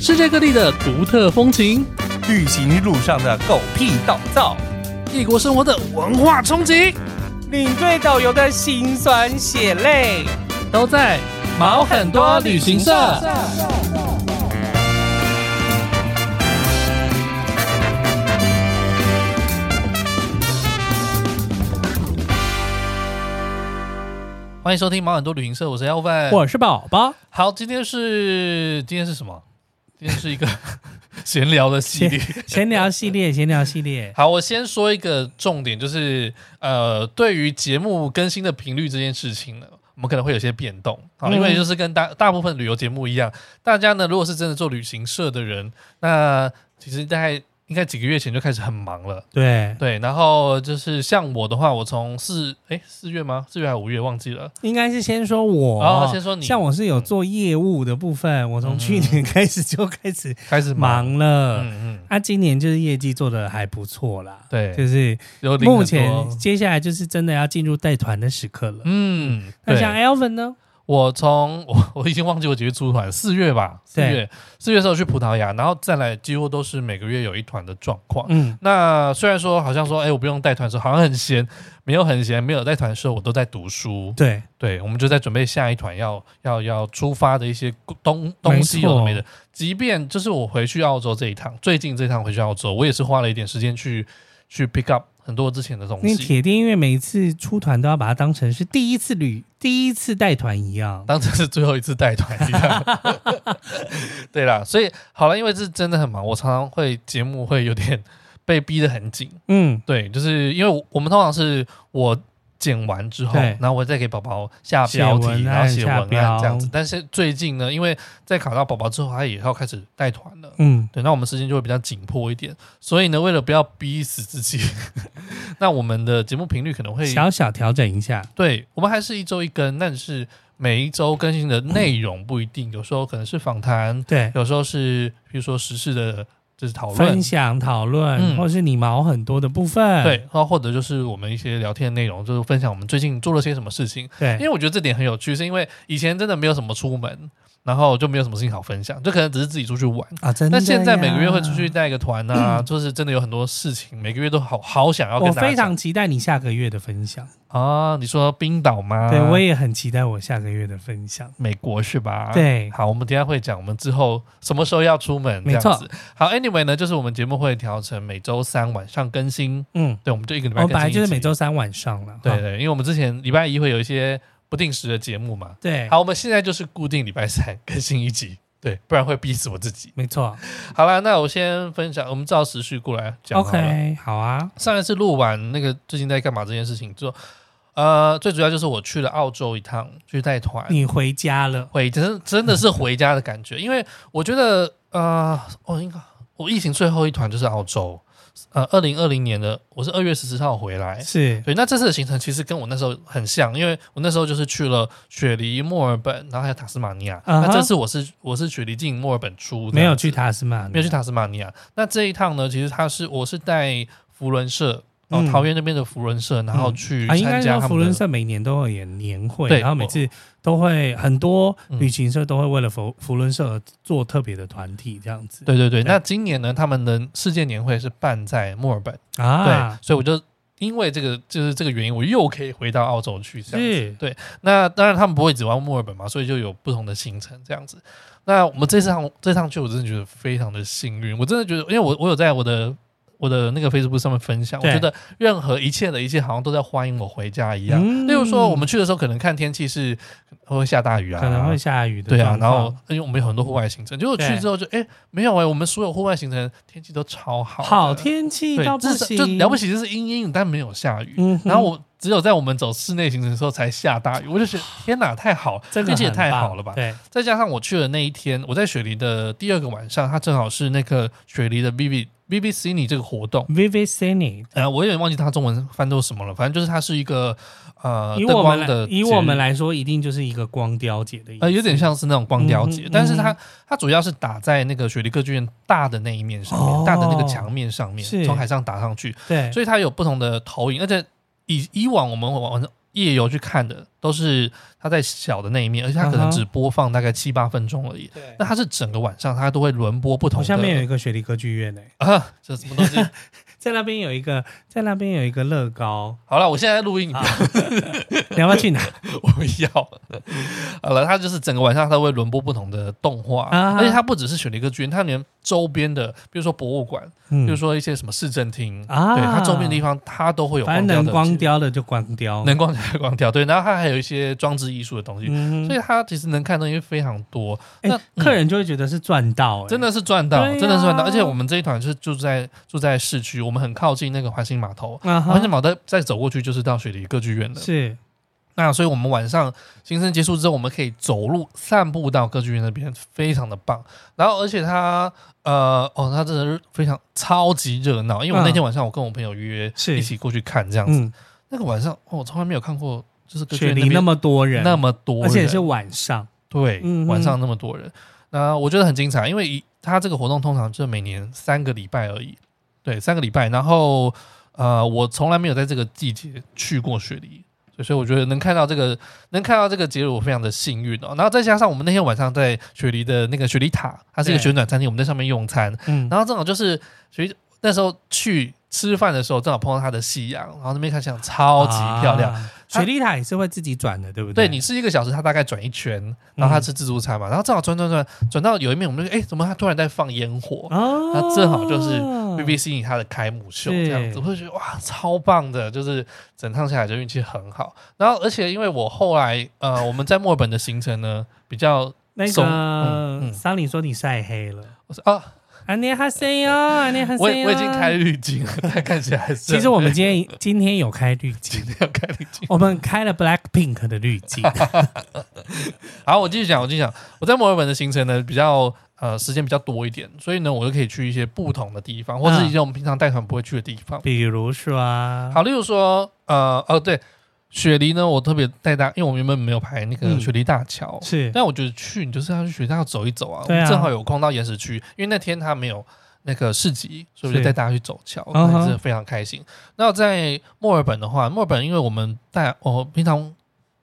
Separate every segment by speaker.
Speaker 1: 世界各地的独特风情，
Speaker 2: 旅行路上的狗屁倒灶，
Speaker 1: 异国生活的文化冲击，
Speaker 2: 领队导游的辛酸血泪，
Speaker 1: 都在毛很多旅行社。欢迎收听毛很多旅行社，我是 Elvin。
Speaker 3: 我是宝宝，
Speaker 1: 好，今天是今天是什么？今天是一个闲聊的系列。
Speaker 3: 闲聊系列，闲聊系列，
Speaker 1: 好，我先说一个重点，就是呃，对于节目更新的频率这件事情呢，我们可能会有些变动啊，
Speaker 3: 嗯
Speaker 1: 因为就是跟大大部分旅游节目一样，大家呢如果是真的做旅行社的人，那其实大概应该几个月前就开始很忙了。
Speaker 3: 对，
Speaker 1: 对，然后就是像我的话，我从四哎四月吗？四月还是五月忘记了。
Speaker 3: 应该是先说我，
Speaker 1: 哦先说你
Speaker 3: 像我是有做业务的部分，我从去年开始就开始
Speaker 1: 开始
Speaker 3: 忙了，
Speaker 1: 嗯嗯，
Speaker 3: 啊，今年就是业绩做的还不错啦，
Speaker 1: 对
Speaker 3: 就是
Speaker 1: 有领
Speaker 3: 目
Speaker 1: 很
Speaker 3: 前
Speaker 1: 多
Speaker 3: 接下来就是真的要进入带团的时刻了。
Speaker 1: 嗯，
Speaker 3: 那
Speaker 1: 对
Speaker 3: 像 Elvin 呢？
Speaker 1: 我从我我已经忘记我几月出团，四月吧，四
Speaker 3: 对
Speaker 1: 月四月的时候去葡萄牙，然后再来几乎都是每个月有一团的状况。
Speaker 3: 嗯，
Speaker 1: 那虽然说好像说，哎、我不用带团的时候好像很闲，没有很闲，没有带团的时候我都在读书。
Speaker 3: 对，
Speaker 1: 对，我们就在准备下一团要要要出发的一些东东
Speaker 3: 没
Speaker 1: 西
Speaker 3: 错
Speaker 1: 有的没的。即便就是我回去澳洲这一趟，最近这一趟回去澳洲，我也是花了一点时间去去 pick up 很多之前的东
Speaker 3: 因为
Speaker 1: 西，
Speaker 3: 铁定，因为每一次出团都要把它当成是第一次旅、第一次带团一 样。
Speaker 1: 当成是最后一次带团一样。 对啦，所以好了，因为这真的很忙，我常常会节目会有点被逼得很紧。
Speaker 3: 嗯，
Speaker 1: 对，就是因为我我们通常是我剪完之后，
Speaker 3: 对
Speaker 1: 然后我再给宝宝下
Speaker 3: 写
Speaker 1: 标
Speaker 3: 文
Speaker 1: 题，然后
Speaker 3: 案
Speaker 1: 写文
Speaker 3: 下
Speaker 1: 案这样
Speaker 3: 标
Speaker 1: 子。但是最近呢，因为在考到宝宝之后，他也要开始带团了。
Speaker 3: 嗯，
Speaker 1: 对，那我们时间就会比较紧迫一点，所以呢，为了不要逼死自己， 那我们的节目频率可能会
Speaker 3: 小小调整一下。
Speaker 1: 对，我们还是一周一更，但是每一周更新的内容不一定，有时候可能是访谈，
Speaker 3: 对，
Speaker 1: 有时候是比如说时事的，就是讨论
Speaker 3: 分，享讨论，
Speaker 1: 嗯
Speaker 3: 或者是你毛很多的部分。
Speaker 1: 对，然后或者就是我们一些聊天内容，就是分享我们最近做了些什么事情。因
Speaker 3: 对，
Speaker 1: 为我觉得这点很有趣，是因为以前真的没有什么出门，然后就没有什么事情好分享，就可能只是自己出去玩。
Speaker 3: 啊，真的
Speaker 1: 但
Speaker 3: 呀。
Speaker 1: 现在每个月会出去带一个团啊， 就是真的有很多事情，每个月都好好想要跟
Speaker 3: 我
Speaker 1: 大家
Speaker 3: 非
Speaker 1: 讲
Speaker 3: 常期待你下个月的分享，
Speaker 1: 啊。你说冰岛吗？
Speaker 3: 对我也很期待我下个月的分享。
Speaker 1: 美国是吧？
Speaker 3: 对
Speaker 1: 好，我们等一下会讲我们之后什么时候要出门，这样
Speaker 3: 没
Speaker 1: 子。好，anyway 呢，就是我们节目会调成每周三晚上更新，
Speaker 3: 嗯，
Speaker 1: 对，我们就一个礼拜
Speaker 3: 我
Speaker 1: 更新
Speaker 3: 本来
Speaker 1: 一
Speaker 3: 就是
Speaker 1: 集
Speaker 3: 每，周三晚上了。
Speaker 1: 对
Speaker 3: 哈
Speaker 1: 对，因为我们之前礼拜一会有一些不定时的节目嘛。
Speaker 3: 对，
Speaker 1: 好，我们现在就是固定礼拜三更新一集，对，不然会逼死我自己。
Speaker 3: 没错。
Speaker 1: 好啦，那我先分享，我们照时序过来讲好了。
Speaker 3: OK，好啊。
Speaker 1: 上一次录完那个最近在干嘛这件事情之后，呃，最主要就是我去了澳洲一趟，去带团。
Speaker 3: 你回家了，
Speaker 1: 回真真的是回家的感觉，因为我觉得呃，我应该我疫情最后一团就是澳洲，呃，二零二零年的我是二月十四号回来。
Speaker 3: 是
Speaker 1: 对，那这次的行程其实跟我那时候很像，因为我那时候就是去了雪梨、墨尔本，然后还有塔斯马尼亚。
Speaker 3: 嗯哼
Speaker 1: 那这次我是我是雪梨进墨尔本出，
Speaker 3: 没有去塔斯马尼亚，
Speaker 1: 没有去塔斯马尼亚。那这一趟呢，其实他是我是带福伦社，哦，
Speaker 3: 嗯
Speaker 1: 桃园那边的福伦社，然后去
Speaker 3: 啊，应该
Speaker 1: 参加
Speaker 3: 说
Speaker 1: 他
Speaker 3: 福
Speaker 1: 们
Speaker 3: 伦
Speaker 1: 的
Speaker 3: 社每年都会有年会，
Speaker 1: 对嗯
Speaker 3: 然后每次都会很多旅行社都会为了福福伦社而做特别的团体这样子。
Speaker 1: 对对对，
Speaker 3: 对
Speaker 1: 那今年呢，他们的世界年会是办在墨尔本，
Speaker 3: 啊
Speaker 1: 对，，所以我就因为这个就是这个原因，我又可以回到澳洲去这样子。
Speaker 3: 是
Speaker 1: 那当然他们不会只玩墨尔本嘛，所以就有不同的行程这样子。那我们这趟这趟去，我真的觉得非常的幸运，我真的觉得，因为我我有在我的。我的那个 Facebook 上面分享，我
Speaker 3: 对
Speaker 1: 觉得任何一切的一切好像都在欢迎我回家一样。
Speaker 3: 嗯
Speaker 1: 例如说，我们去的时候可能看天气是会下大雨啊，
Speaker 3: 可能会下雨的
Speaker 1: 对啊
Speaker 3: 状况，，
Speaker 1: 然后因为我们有很多户外行程，结果去
Speaker 3: 对
Speaker 1: 之后就哎、没有哎、我们所有户外行程天气都超好的，
Speaker 3: 好天气
Speaker 1: 对，
Speaker 3: 到不
Speaker 1: 至少就
Speaker 3: 行，
Speaker 1: 了不。起就是阴阴，但没有下雨。
Speaker 3: 嗯啊哼
Speaker 1: 然后我只有在我们走室内行程的时候才下大雨，我就觉得天哪，太好，
Speaker 3: 这个
Speaker 1: 天气也
Speaker 3: 很
Speaker 1: 太
Speaker 3: 棒
Speaker 1: 好了吧！
Speaker 3: 对，
Speaker 1: 再加上我去的那一天，我在雪梨的第二个晚上，它正好是那个雪梨的 V V V V C 你这个活动。
Speaker 3: Vivid Cine，
Speaker 1: 呃，我有点忘记它中文翻作什么了，反正就是它是一个呃
Speaker 3: 以
Speaker 1: 灯
Speaker 3: 我
Speaker 1: 光
Speaker 3: 们
Speaker 1: 的
Speaker 3: 来以
Speaker 1: 节
Speaker 3: 我
Speaker 1: 日
Speaker 3: 们来说，一定就是一个光雕节的意思。
Speaker 1: 呃，有点像是那种光雕节，
Speaker 3: 嗯哼
Speaker 1: 但是它它主要是打在那个雪梨歌剧院大的那一面上面，
Speaker 3: 哦
Speaker 1: 大的那个墙面上面，
Speaker 3: 是
Speaker 1: 从海上打上去，
Speaker 3: 对，
Speaker 1: 所以它有不同的投影，而且以以往我们晚上夜游去看的都是它在小的那一面，而且它可能
Speaker 3: 啊哈
Speaker 1: 只播放大概七八分钟而已。
Speaker 3: 对
Speaker 1: 那它是整个晚上，它都会轮播不同
Speaker 3: 我
Speaker 1: 的。
Speaker 3: 下面有一个雪梨歌剧院呢、欸
Speaker 1: 啊，这什么东西？
Speaker 3: 在那边有一个，在那边有一个乐高，
Speaker 1: 好了，我现在在录
Speaker 3: 啊
Speaker 1: 音，你不要
Speaker 3: 你要不要去拿？
Speaker 1: 我要。好了，它就是整个晚上它会轮播不同的动画，
Speaker 3: 啊
Speaker 1: 而且它不只是雪梨歌剧院，它连周边的，比如说博物馆，
Speaker 3: 嗯
Speaker 1: 比如说一些什么市政厅，
Speaker 3: 啊
Speaker 1: 对它周边的地方，它都会有
Speaker 3: 反
Speaker 1: 光雕的
Speaker 3: 正能光
Speaker 1: 节
Speaker 3: 雕的就光雕
Speaker 1: 目，，能光雕光雕，对，然后它还有一些装置艺术的东西。
Speaker 3: 嗯
Speaker 1: 所以它其实能看的东西非常多，
Speaker 3: 哎
Speaker 1: 那嗯
Speaker 3: 客人就会觉得是赚到、哎
Speaker 1: 真的是赚到，
Speaker 3: 对啊
Speaker 1: 真的是赚到。而且我们这一团是住在住在市区，我们很靠近那个环形码头，
Speaker 3: 啊哈
Speaker 1: 环形码头再走过去就是到雪梨歌剧院了。
Speaker 3: 是
Speaker 1: 那所以我们晚上行程结束之后，我们可以走路散步到歌剧院那边，非常的棒。然后而且它呃哦，它真的是非常超级热闹，因为我
Speaker 3: 嗯
Speaker 1: 那天晚上我跟我朋友约
Speaker 3: 是
Speaker 1: 一起过去看这样子。
Speaker 3: 嗯，
Speaker 1: 那个晚上哦，我从来没有看过，就是歌剧
Speaker 3: 雪
Speaker 1: 院
Speaker 3: 梨
Speaker 1: 那
Speaker 3: 那
Speaker 1: 么
Speaker 3: 么多人，
Speaker 1: 那么多人，
Speaker 3: 而且是晚上，
Speaker 1: 对、
Speaker 3: 嗯
Speaker 1: 晚上那么多人，那我觉得很精彩，因为一它这个活动通常就每年三个礼拜而已，对，三个礼拜。然后呃，我从来没有在这个季节去过雪梨，所以所以我觉得能看到这个能看到这个节日，我非常的幸运哦。然后再加上我们那天晚上在雪梨的那个雪梨塔，它是一个
Speaker 3: 对
Speaker 1: 旋转餐厅，我们在上面用餐，
Speaker 3: 嗯，
Speaker 1: 然后正好就是雪梨那时候去。吃饭的时候正好碰到它的夕阳，然后那边看夕阳超级漂亮，
Speaker 3: 啊。雪莉塔也是会自己转的，对不
Speaker 1: 对
Speaker 3: 对嗯
Speaker 1: 你是一个小时，它大概转一圈，然后它吃自助餐嘛，然后正好转转转转到有一面，我们就哎、诶怎么它突然在放烟火、
Speaker 3: 哦，
Speaker 1: 那正好就是 BBC 它的开幕秀
Speaker 3: 是
Speaker 1: 这样子，我就觉得哇超棒的，就是整趟下来就运气很好。然后而且因为我后来呃我们在墨尔本的行程呢比较
Speaker 3: 那
Speaker 1: 送
Speaker 3: 个
Speaker 1: 嗯嗯
Speaker 3: 桑尼说你晒 黑了，
Speaker 1: 我说啊
Speaker 3: 安妮哈塞哟，安妮哈塞哦
Speaker 1: 我也我已经开。滤镜了，但看起来还是
Speaker 3: 其实我们今天今天有开滤 镜，
Speaker 1: 没有开滤镜。
Speaker 3: 我们开了 Black Pink 的滤镜，
Speaker 1: 好，我继续讲，我继续讲。我在墨尔本的行程呢，比较呃时间比较多一点，所以呢，我就可以去一些不同的地方，或
Speaker 3: 嗯
Speaker 1: 是一些我们平常带团不会去的地方。
Speaker 3: 比如说啊，
Speaker 1: 好，例如说，呃，哦，对，雪梨呢，我特别带大，因为我们原本没有排那个
Speaker 3: 嗯
Speaker 1: 雪梨大桥，
Speaker 3: 是
Speaker 1: 但我觉得去你就是要去雪梨大桥走一走啊。我
Speaker 3: 对啊
Speaker 1: 们正好有空到岩石区，因为那天它没有那个市集，所以我就是带大家去走桥，
Speaker 3: 嗯哼
Speaker 1: 真的是非常开心。那在墨尔本的话，墨尔本因为我们带我、平常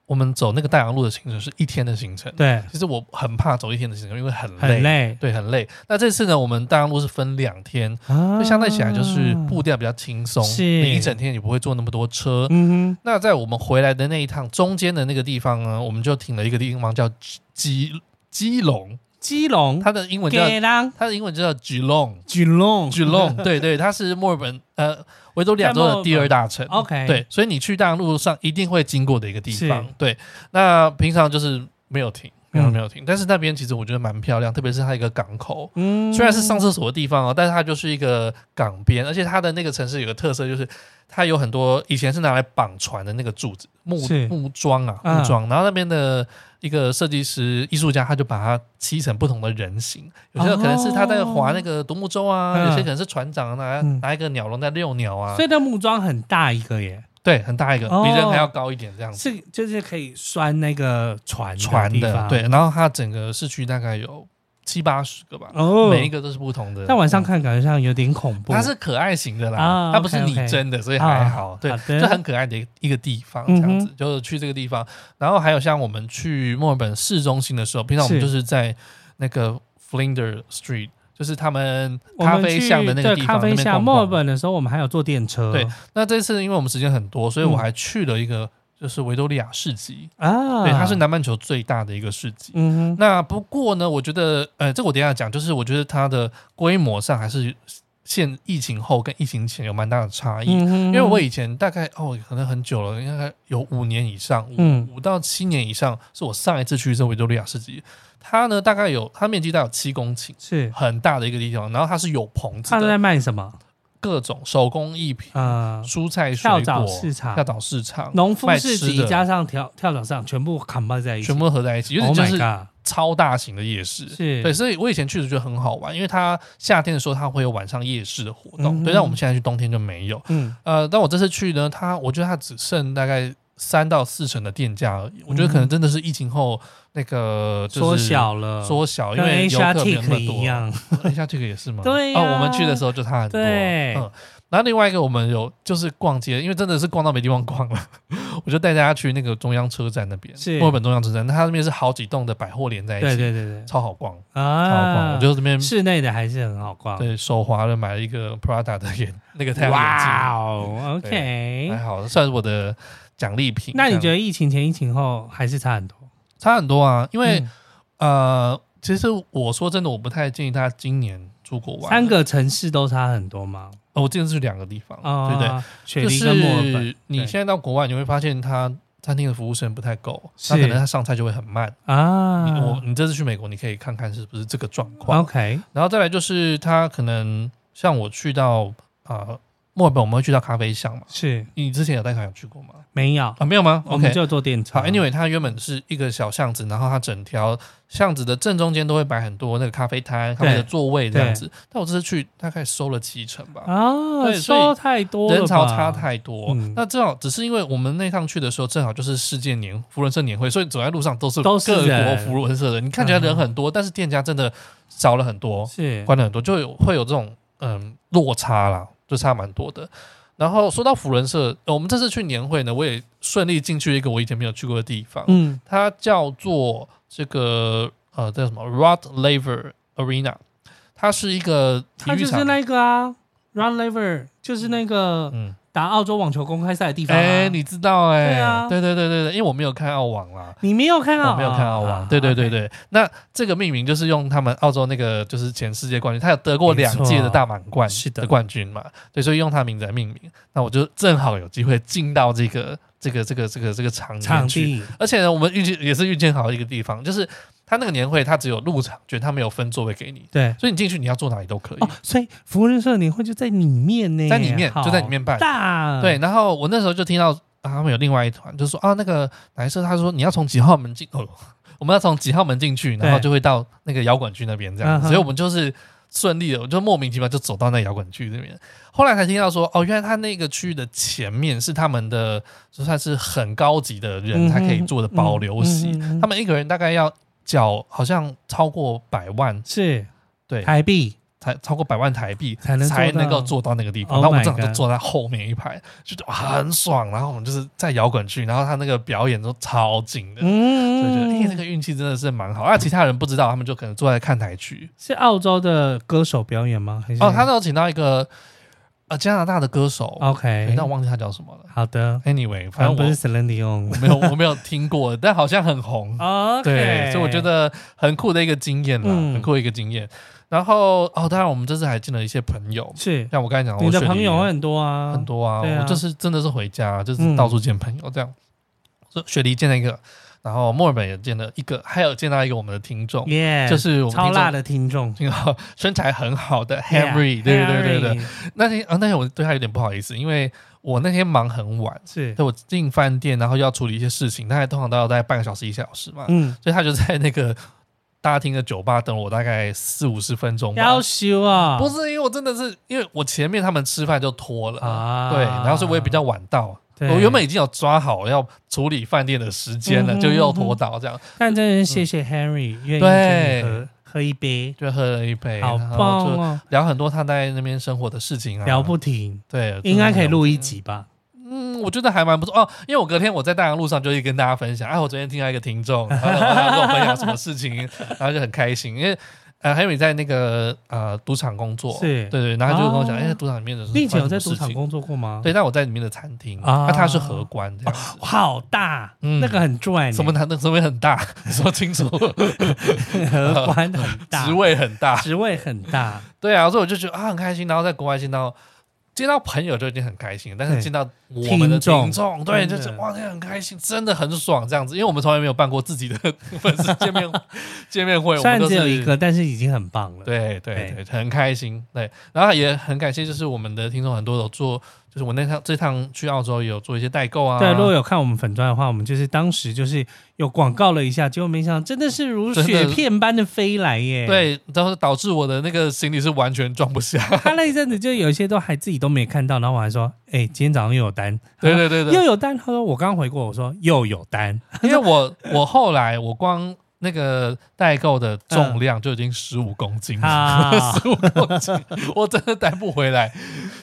Speaker 1: 我们走那个大洋路的行程是一天的行程。
Speaker 3: 对，
Speaker 1: 其实我很怕走一天的行程，因为很累，
Speaker 3: 很累，
Speaker 1: 对，很累。那这次呢，我们大洋路是分两天，
Speaker 3: 啊
Speaker 1: 所以相对起来就是步调比较轻松，
Speaker 3: 是
Speaker 1: 你一整天你不会坐那么多车。
Speaker 3: 嗯
Speaker 1: 那在我们回来的那一趟中间的那个地方呢，我们就停了一个地方叫基基隆，
Speaker 3: 哼，基隆，
Speaker 1: 它的英文叫
Speaker 3: 给浪，
Speaker 1: 它的英文就叫 Geelong。
Speaker 3: 基隆，
Speaker 1: Geelong，对对，它是墨尔本呃维多利亚州的第二大城。
Speaker 3: ，OK，，
Speaker 1: 对，所以你去大洋路上一定会经过的一个地方
Speaker 3: 是。
Speaker 1: 对，那平常就是没有停，平常
Speaker 3: 嗯
Speaker 1: 没有停，但是那边其实我觉得蛮漂亮，特别是它一个港口。
Speaker 3: 嗯
Speaker 1: 虽然是上厕所的地方哦，但是它就是一个港边，而且它的那个城市有个特色，就是它有很多以前是拿来绑船的那个柱子木
Speaker 3: 是
Speaker 1: 木桩啊
Speaker 3: 嗯
Speaker 1: 木桩，然后那边的一个设计师艺术家他就把它漆成不同的人形，有些可能是他在划那个独木舟啊，
Speaker 3: 嗯
Speaker 1: 有些可能是船长拿
Speaker 3: 嗯
Speaker 1: 拿一个鸟笼在遛鸟啊
Speaker 3: 所，以那木桩很大一个耶，
Speaker 1: 对，很大一个，
Speaker 3: 哦
Speaker 1: 比人还要高一点这样子。
Speaker 3: 是就是可以拴那个船
Speaker 1: 船
Speaker 3: 的地
Speaker 1: 的
Speaker 3: 方
Speaker 1: 对，，然后它整个市区大概有七八十个吧，
Speaker 3: 哦，
Speaker 1: 每一个都是不同的。
Speaker 3: 但晚上
Speaker 1: 嗯
Speaker 3: 看感觉上有点恐怖，
Speaker 1: 它是可爱型的啦
Speaker 3: 啊，
Speaker 1: 它不是
Speaker 3: OK，OK
Speaker 1: 拟真的，所以还好
Speaker 3: 啊。
Speaker 1: 对
Speaker 3: 好，的
Speaker 1: 就很可爱的一个地方，这样子
Speaker 3: 嗯
Speaker 1: 就是去这个地方。然后还有像我们去墨尔本市中心的时候，平常我们
Speaker 3: 是
Speaker 1: 就是在那个 Flinders Street，就是他们
Speaker 3: 我们
Speaker 1: 咖啡巷的那个
Speaker 3: 去
Speaker 1: 地方
Speaker 3: 对咖
Speaker 1: 那
Speaker 3: 啡
Speaker 1: 边
Speaker 3: 巷
Speaker 1: 逛
Speaker 3: 墨尔
Speaker 1: 逛。
Speaker 3: 本的时候，我们还有坐电车，
Speaker 1: 对那这次因为我们时间很多，所以我
Speaker 3: 嗯
Speaker 1: 还去了一个就是维多利亚市集，
Speaker 3: 啊，
Speaker 1: 对，它是南半球最大的一个市集。
Speaker 3: 嗯哼
Speaker 1: 那不过呢，我觉得，呃，这个我等一下讲，就是我觉得它的规模上还是现疫情后跟疫情前有蛮大的差异。
Speaker 3: 嗯哼，
Speaker 1: 因为我以前大概哦，可能很久了，应该有五年以上，五、
Speaker 3: 嗯
Speaker 1: 五到七年以上，是我上一次去这维多利亚市集。它呢，大概有它面积大概有七公顷，
Speaker 3: 是
Speaker 1: 很大的一个地方。然后它是有棚子
Speaker 3: 他都在
Speaker 1: 的，
Speaker 3: 卖什么
Speaker 1: 各种手工艺品、
Speaker 3: 啊？
Speaker 1: 蔬菜、水
Speaker 3: 跳
Speaker 1: 果、
Speaker 3: 蚤市场
Speaker 1: 跳蚤市场、
Speaker 3: 农夫
Speaker 1: 卖
Speaker 3: 市
Speaker 1: 吃
Speaker 3: 集
Speaker 1: 的
Speaker 3: 加上跳跳蚤市场，全部砍包在一起，
Speaker 1: 全部都合在一起，有点
Speaker 3: Oh
Speaker 1: 就
Speaker 3: my
Speaker 1: 是
Speaker 3: God
Speaker 1: 超大型的夜市。
Speaker 3: 是
Speaker 1: 对，所以我以前去的觉得很好玩，因为它夏天的时候它会有晚上夜市的活动，
Speaker 3: 嗯
Speaker 1: 对，但我们现在去冬天就没有。
Speaker 3: 嗯，
Speaker 1: 呃，但我这次去呢，它我觉得它只剩大概三到四成的店家而已，我觉得可能真的是疫情后那个就是
Speaker 3: 嗯缩小了，
Speaker 1: 缩小，因
Speaker 3: 跟
Speaker 1: 为游
Speaker 3: Asia
Speaker 1: 客没有
Speaker 3: Tic
Speaker 1: 那么
Speaker 3: 一
Speaker 1: 多。
Speaker 3: 样，
Speaker 1: 一下这个也是吗？
Speaker 3: 对呀
Speaker 1: 哦，我们去的时候就差很多。
Speaker 3: 对
Speaker 1: 嗯，然后另外一个我们有就是逛街，因为真的是逛到没地方逛了， 我就带大家去那个中央车站那边，
Speaker 3: 是
Speaker 1: 墨尔本中央车站，那它那边是好几栋的百货连在一起，
Speaker 3: 对对对对，
Speaker 1: 超好逛，超好逛。
Speaker 3: 啊，
Speaker 1: 我就这边
Speaker 3: 室内的还是啊很好逛。
Speaker 1: 对手滑的买了一个 Prada 的眼那个太阳
Speaker 3: 哇
Speaker 1: 眼
Speaker 3: 哦
Speaker 1: 镜，还
Speaker 3: ，OK。
Speaker 1: 好，算是我的奖励品。
Speaker 3: 那你觉
Speaker 1: 得
Speaker 3: 得疫情前、疫情后还是差很多？
Speaker 1: 差很多啊？因为、
Speaker 3: 嗯
Speaker 1: 呃，其实我说真的，我不太建议大家今年出国玩。
Speaker 3: 三、个城市都差很多吗？
Speaker 1: 哦，我这次去两个地方，
Speaker 3: 啊，
Speaker 1: 哦对不对？
Speaker 3: 雪
Speaker 1: 就
Speaker 3: 梨跟墨尔本
Speaker 1: 是你现在到国外，你会发现他餐厅的服务生不太够，
Speaker 3: 是
Speaker 1: 他可能他上菜就会很慢。你
Speaker 3: 啊，
Speaker 1: 我你这次去美国，你可以看看是不是这个状况。
Speaker 3: OK
Speaker 1: 然后再来就是他可能像我去到啊墨尔本，我们会去到咖啡巷嘛。
Speaker 3: 是
Speaker 1: 你之前有带团友去过吗？
Speaker 3: 没有
Speaker 1: 啊，没有吗
Speaker 3: 我们
Speaker 1: ？OK，
Speaker 3: 就坐电车。
Speaker 1: 好，Anyway，它原本是一个小巷子，然后它整条巷子的正中间都会摆很多那个咖啡摊、咖啡的座位这样子。但我这次去大概收了七成吧，
Speaker 3: 啊，
Speaker 1: 对所以
Speaker 3: 收太多了吧，
Speaker 1: 人潮差太多。
Speaker 3: 嗯
Speaker 1: 那正好只是因为我们那趟去的时候，正好就是世界年福伦社年会，所以走在路上都是
Speaker 3: 都是
Speaker 1: 各国
Speaker 3: 人嗯
Speaker 1: 福伦社的人。你看起来人很多，但是店家真的少了很多，
Speaker 3: 是
Speaker 1: 关了很多，就有会有这种嗯落差啦，就差蛮多的。然后说到福伦社，呃我们这次去年会呢，我也顺利进去一个我以前没有去过的地方，
Speaker 3: 嗯
Speaker 1: 它叫做这个呃叫什么 Rod Laver Arena，它是一个体
Speaker 3: 他
Speaker 1: 育
Speaker 3: 就是
Speaker 1: 场。
Speaker 3: 那个啊，Run Lever，就是那个
Speaker 1: 嗯，
Speaker 3: 打澳洲网球公开赛的地方啊。
Speaker 1: 哎、你知道哎、
Speaker 3: 对啊
Speaker 1: 对对对对对，因为我没有看澳网啦，
Speaker 3: 你没有看到？啊
Speaker 1: 我没有看澳网，哦啊对对对对。那这个命名就是用他们澳洲那个就是前世界冠军，他有得过两届的大满贯
Speaker 3: 是的
Speaker 1: 的冠军嘛，对，所以用他名字来命名。那我就正好有机会进到这个这个这个这个这个场里
Speaker 3: 场
Speaker 1: 面去，
Speaker 3: 地
Speaker 1: 而且呢，我们遇见也是遇见好一个地方，就是他那个年会他只有入场券，他没有分座位给你，
Speaker 3: 对
Speaker 1: 所以你进去你要坐哪里都可以，
Speaker 3: 哦，所以福仁社年会就在里面呢，
Speaker 1: 在里面
Speaker 3: 好
Speaker 1: 就在里面办。
Speaker 3: 大
Speaker 1: 对，然后我那时候就听到、啊、他们有另外一团，就说啊，那个哪一社，他说你要从几号门进，哦，我们要从几号门进去，然后
Speaker 3: 对
Speaker 1: 就会到那个摇滚区那边这样
Speaker 3: 嗯
Speaker 1: 子，
Speaker 3: 哼
Speaker 1: 所以我们就是顺利的，我就莫名其妙就走到那摇滚区这边。后来才听到说，哦，原来他那个区域的前面是他们的就算是很高级的人
Speaker 3: 嗯哼
Speaker 1: 才可以做的保留席，
Speaker 3: 嗯嗯嗯嗯
Speaker 1: 他们一个人大概要。缴好像超过百万，
Speaker 3: 是
Speaker 1: 对，
Speaker 3: 台币
Speaker 1: 才超过百万台币
Speaker 3: 才能坐
Speaker 1: 才能
Speaker 3: 到
Speaker 1: 够坐到那个地方。
Speaker 3: Oh
Speaker 1: 然后我们
Speaker 3: my
Speaker 1: 正好就
Speaker 3: God
Speaker 1: 坐在后面一排，就觉得很爽。然后我们就是在摇滚区，然后他那个表演都超近的，所以觉得哎、
Speaker 3: 嗯
Speaker 1: 这个运气真的是蛮好。那其他人不知道，他们就可能坐在看台区。
Speaker 3: 是澳洲的歌手表演吗？还是
Speaker 1: 哦，他那时候请到一个呃加拿大的歌手，对
Speaker 3: OK，
Speaker 1: 但我忘记他叫什么了。
Speaker 3: 好的，
Speaker 1: Anyway，反
Speaker 3: 反
Speaker 1: 正
Speaker 3: 正不
Speaker 1: 我
Speaker 3: 是 Celine Dion
Speaker 1: 我没有我没有听过，但好像很红。
Speaker 3: OK，
Speaker 1: 对，所以我觉得很酷的一个经验啦，
Speaker 3: 嗯
Speaker 1: 很酷的一个经验。然后哦，当然我们这次还见了一些朋友，
Speaker 3: 是
Speaker 1: 像我刚才讲，
Speaker 3: 你
Speaker 1: 我
Speaker 3: 的
Speaker 1: 雪梨
Speaker 3: 朋友会很多啊，
Speaker 1: 很多啊，
Speaker 3: 对啊嗯
Speaker 1: 我就是真的是回家，就是到处见朋友这样。所以雪梨见了一个，然后墨尔本也见了一个，还有见到一个我们的听众，
Speaker 3: 耶，
Speaker 1: 就是我们
Speaker 3: 超
Speaker 1: 听
Speaker 3: 辣
Speaker 1: 众。
Speaker 3: 的听众
Speaker 1: 听到 身材很好的 Henry，、对对对对对。
Speaker 3: 对，
Speaker 1: 那天啊，那天我对他有点不好意思，因为我那天忙很晚，
Speaker 3: 是
Speaker 1: 对我进饭店，然后要处理一些事情，大概通常都要大概半个小时一小时嘛，
Speaker 3: 嗯，
Speaker 1: 所以他就在那个大厅的酒吧等我大概四五十分钟吧。
Speaker 3: 要修啊，
Speaker 1: 不是因为我真的是因为我前面他们吃饭就拖了
Speaker 3: 啊
Speaker 1: 对，然后所以我也比较晚到。
Speaker 3: 对
Speaker 1: 我原本已经有抓好要处理饭店的时间了，
Speaker 3: 嗯哼
Speaker 1: 就又拖到这样，
Speaker 3: 但真的谢谢 Henry 愿
Speaker 1: 对
Speaker 3: 意跟你喝喝一杯，
Speaker 1: 就喝了一杯，
Speaker 3: 好
Speaker 1: 然后
Speaker 3: 棒
Speaker 1: 就
Speaker 3: 哦，
Speaker 1: 聊很多他在那边生活的事情啊，
Speaker 3: 聊不停，
Speaker 1: 对，
Speaker 3: 应该可
Speaker 1: 真的
Speaker 3: 以
Speaker 1: 聊不
Speaker 3: 录一集吧？
Speaker 1: 嗯，我觉得还蛮不错哦，因为我隔天我在大洋路上就会跟大家分享，哎、我昨天听到一个听众，然后他跟我分享什么事情，然后就很开心，因为呃，还有你在那个呃赌场工作，
Speaker 3: 是
Speaker 1: 对对，然后他就跟我讲，
Speaker 3: 哦
Speaker 1: 哎、赌场里面的
Speaker 3: 你以前有在
Speaker 1: 发生什
Speaker 3: 赌
Speaker 1: 么事
Speaker 3: 场
Speaker 1: 情
Speaker 3: 工作过吗？
Speaker 1: 对，，但我在里面的餐厅
Speaker 3: 啊
Speaker 1: 啊，它是荷官这样子。
Speaker 3: 好大，
Speaker 1: 嗯
Speaker 3: 那个很赚欸，
Speaker 1: 什么难的职位很 大，你说清楚，
Speaker 3: 荷官很大，
Speaker 1: 职位啊很大，
Speaker 3: 职位很大，
Speaker 1: 对啊，所以我就觉得啊很开心。然后在国外见到见到朋友就已经很开心，但是
Speaker 3: 对
Speaker 1: 见到我们的
Speaker 3: 听众
Speaker 1: 听众，对，
Speaker 3: 真
Speaker 1: 就
Speaker 3: 的
Speaker 1: 是哇，那很开心，真的很爽这样子。因为我们从来没有办过自己的 粉丝见 面见面会，我
Speaker 3: 虽
Speaker 1: 们
Speaker 3: 然
Speaker 1: 都
Speaker 3: 只有
Speaker 1: 是
Speaker 3: 一个，但是已经很棒了。，
Speaker 1: 对对对，
Speaker 3: 对
Speaker 1: 很开心。对，然后也很感谢，就是我们的听众很多有做，就是我那趟这趟去澳洲也有做一些代购啊，
Speaker 3: 对，如果有看我们粉钻的话，我们就是当时就是有广告了一下，结果没想到真的是如
Speaker 1: 真
Speaker 3: 雪
Speaker 1: 的
Speaker 3: 片般的飞来耶。，
Speaker 1: 对，然后导致我的那个行李是完全装不下。
Speaker 3: 他那一阵子就有一些都还自己都没看到，然后我还说，哎、今天早上又有单，
Speaker 1: 对对对
Speaker 3: 又
Speaker 1: 对，
Speaker 3: 有单。他说我刚回过，我说又有单，
Speaker 1: 因为我我后来我光那个代购的重量就已经十五公 斤了，
Speaker 3: 嗯啊
Speaker 1: 十五、公斤，我真的带不回来。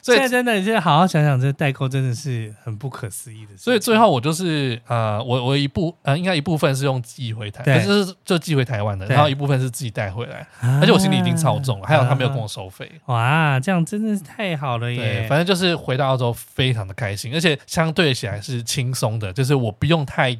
Speaker 1: 所以
Speaker 3: 现在真的，你现在好好想想，这代购真的是很不可思议的事。
Speaker 1: 所以最后我就是呃，我我一部呃，应该一部分是用寄回台，
Speaker 3: 对
Speaker 1: 就是就寄回台湾的，
Speaker 3: 对
Speaker 1: 然后一部分是自己带回来，
Speaker 3: 啊，
Speaker 1: 而且我行李已经超重了，还有他没有跟我
Speaker 3: 啊。
Speaker 1: 收费。
Speaker 3: 哇，这样真的是太好了
Speaker 1: 对，
Speaker 3: 耶！
Speaker 1: 反正就是回到澳洲非常的开心，而且相对起来是轻松的，就是我不用太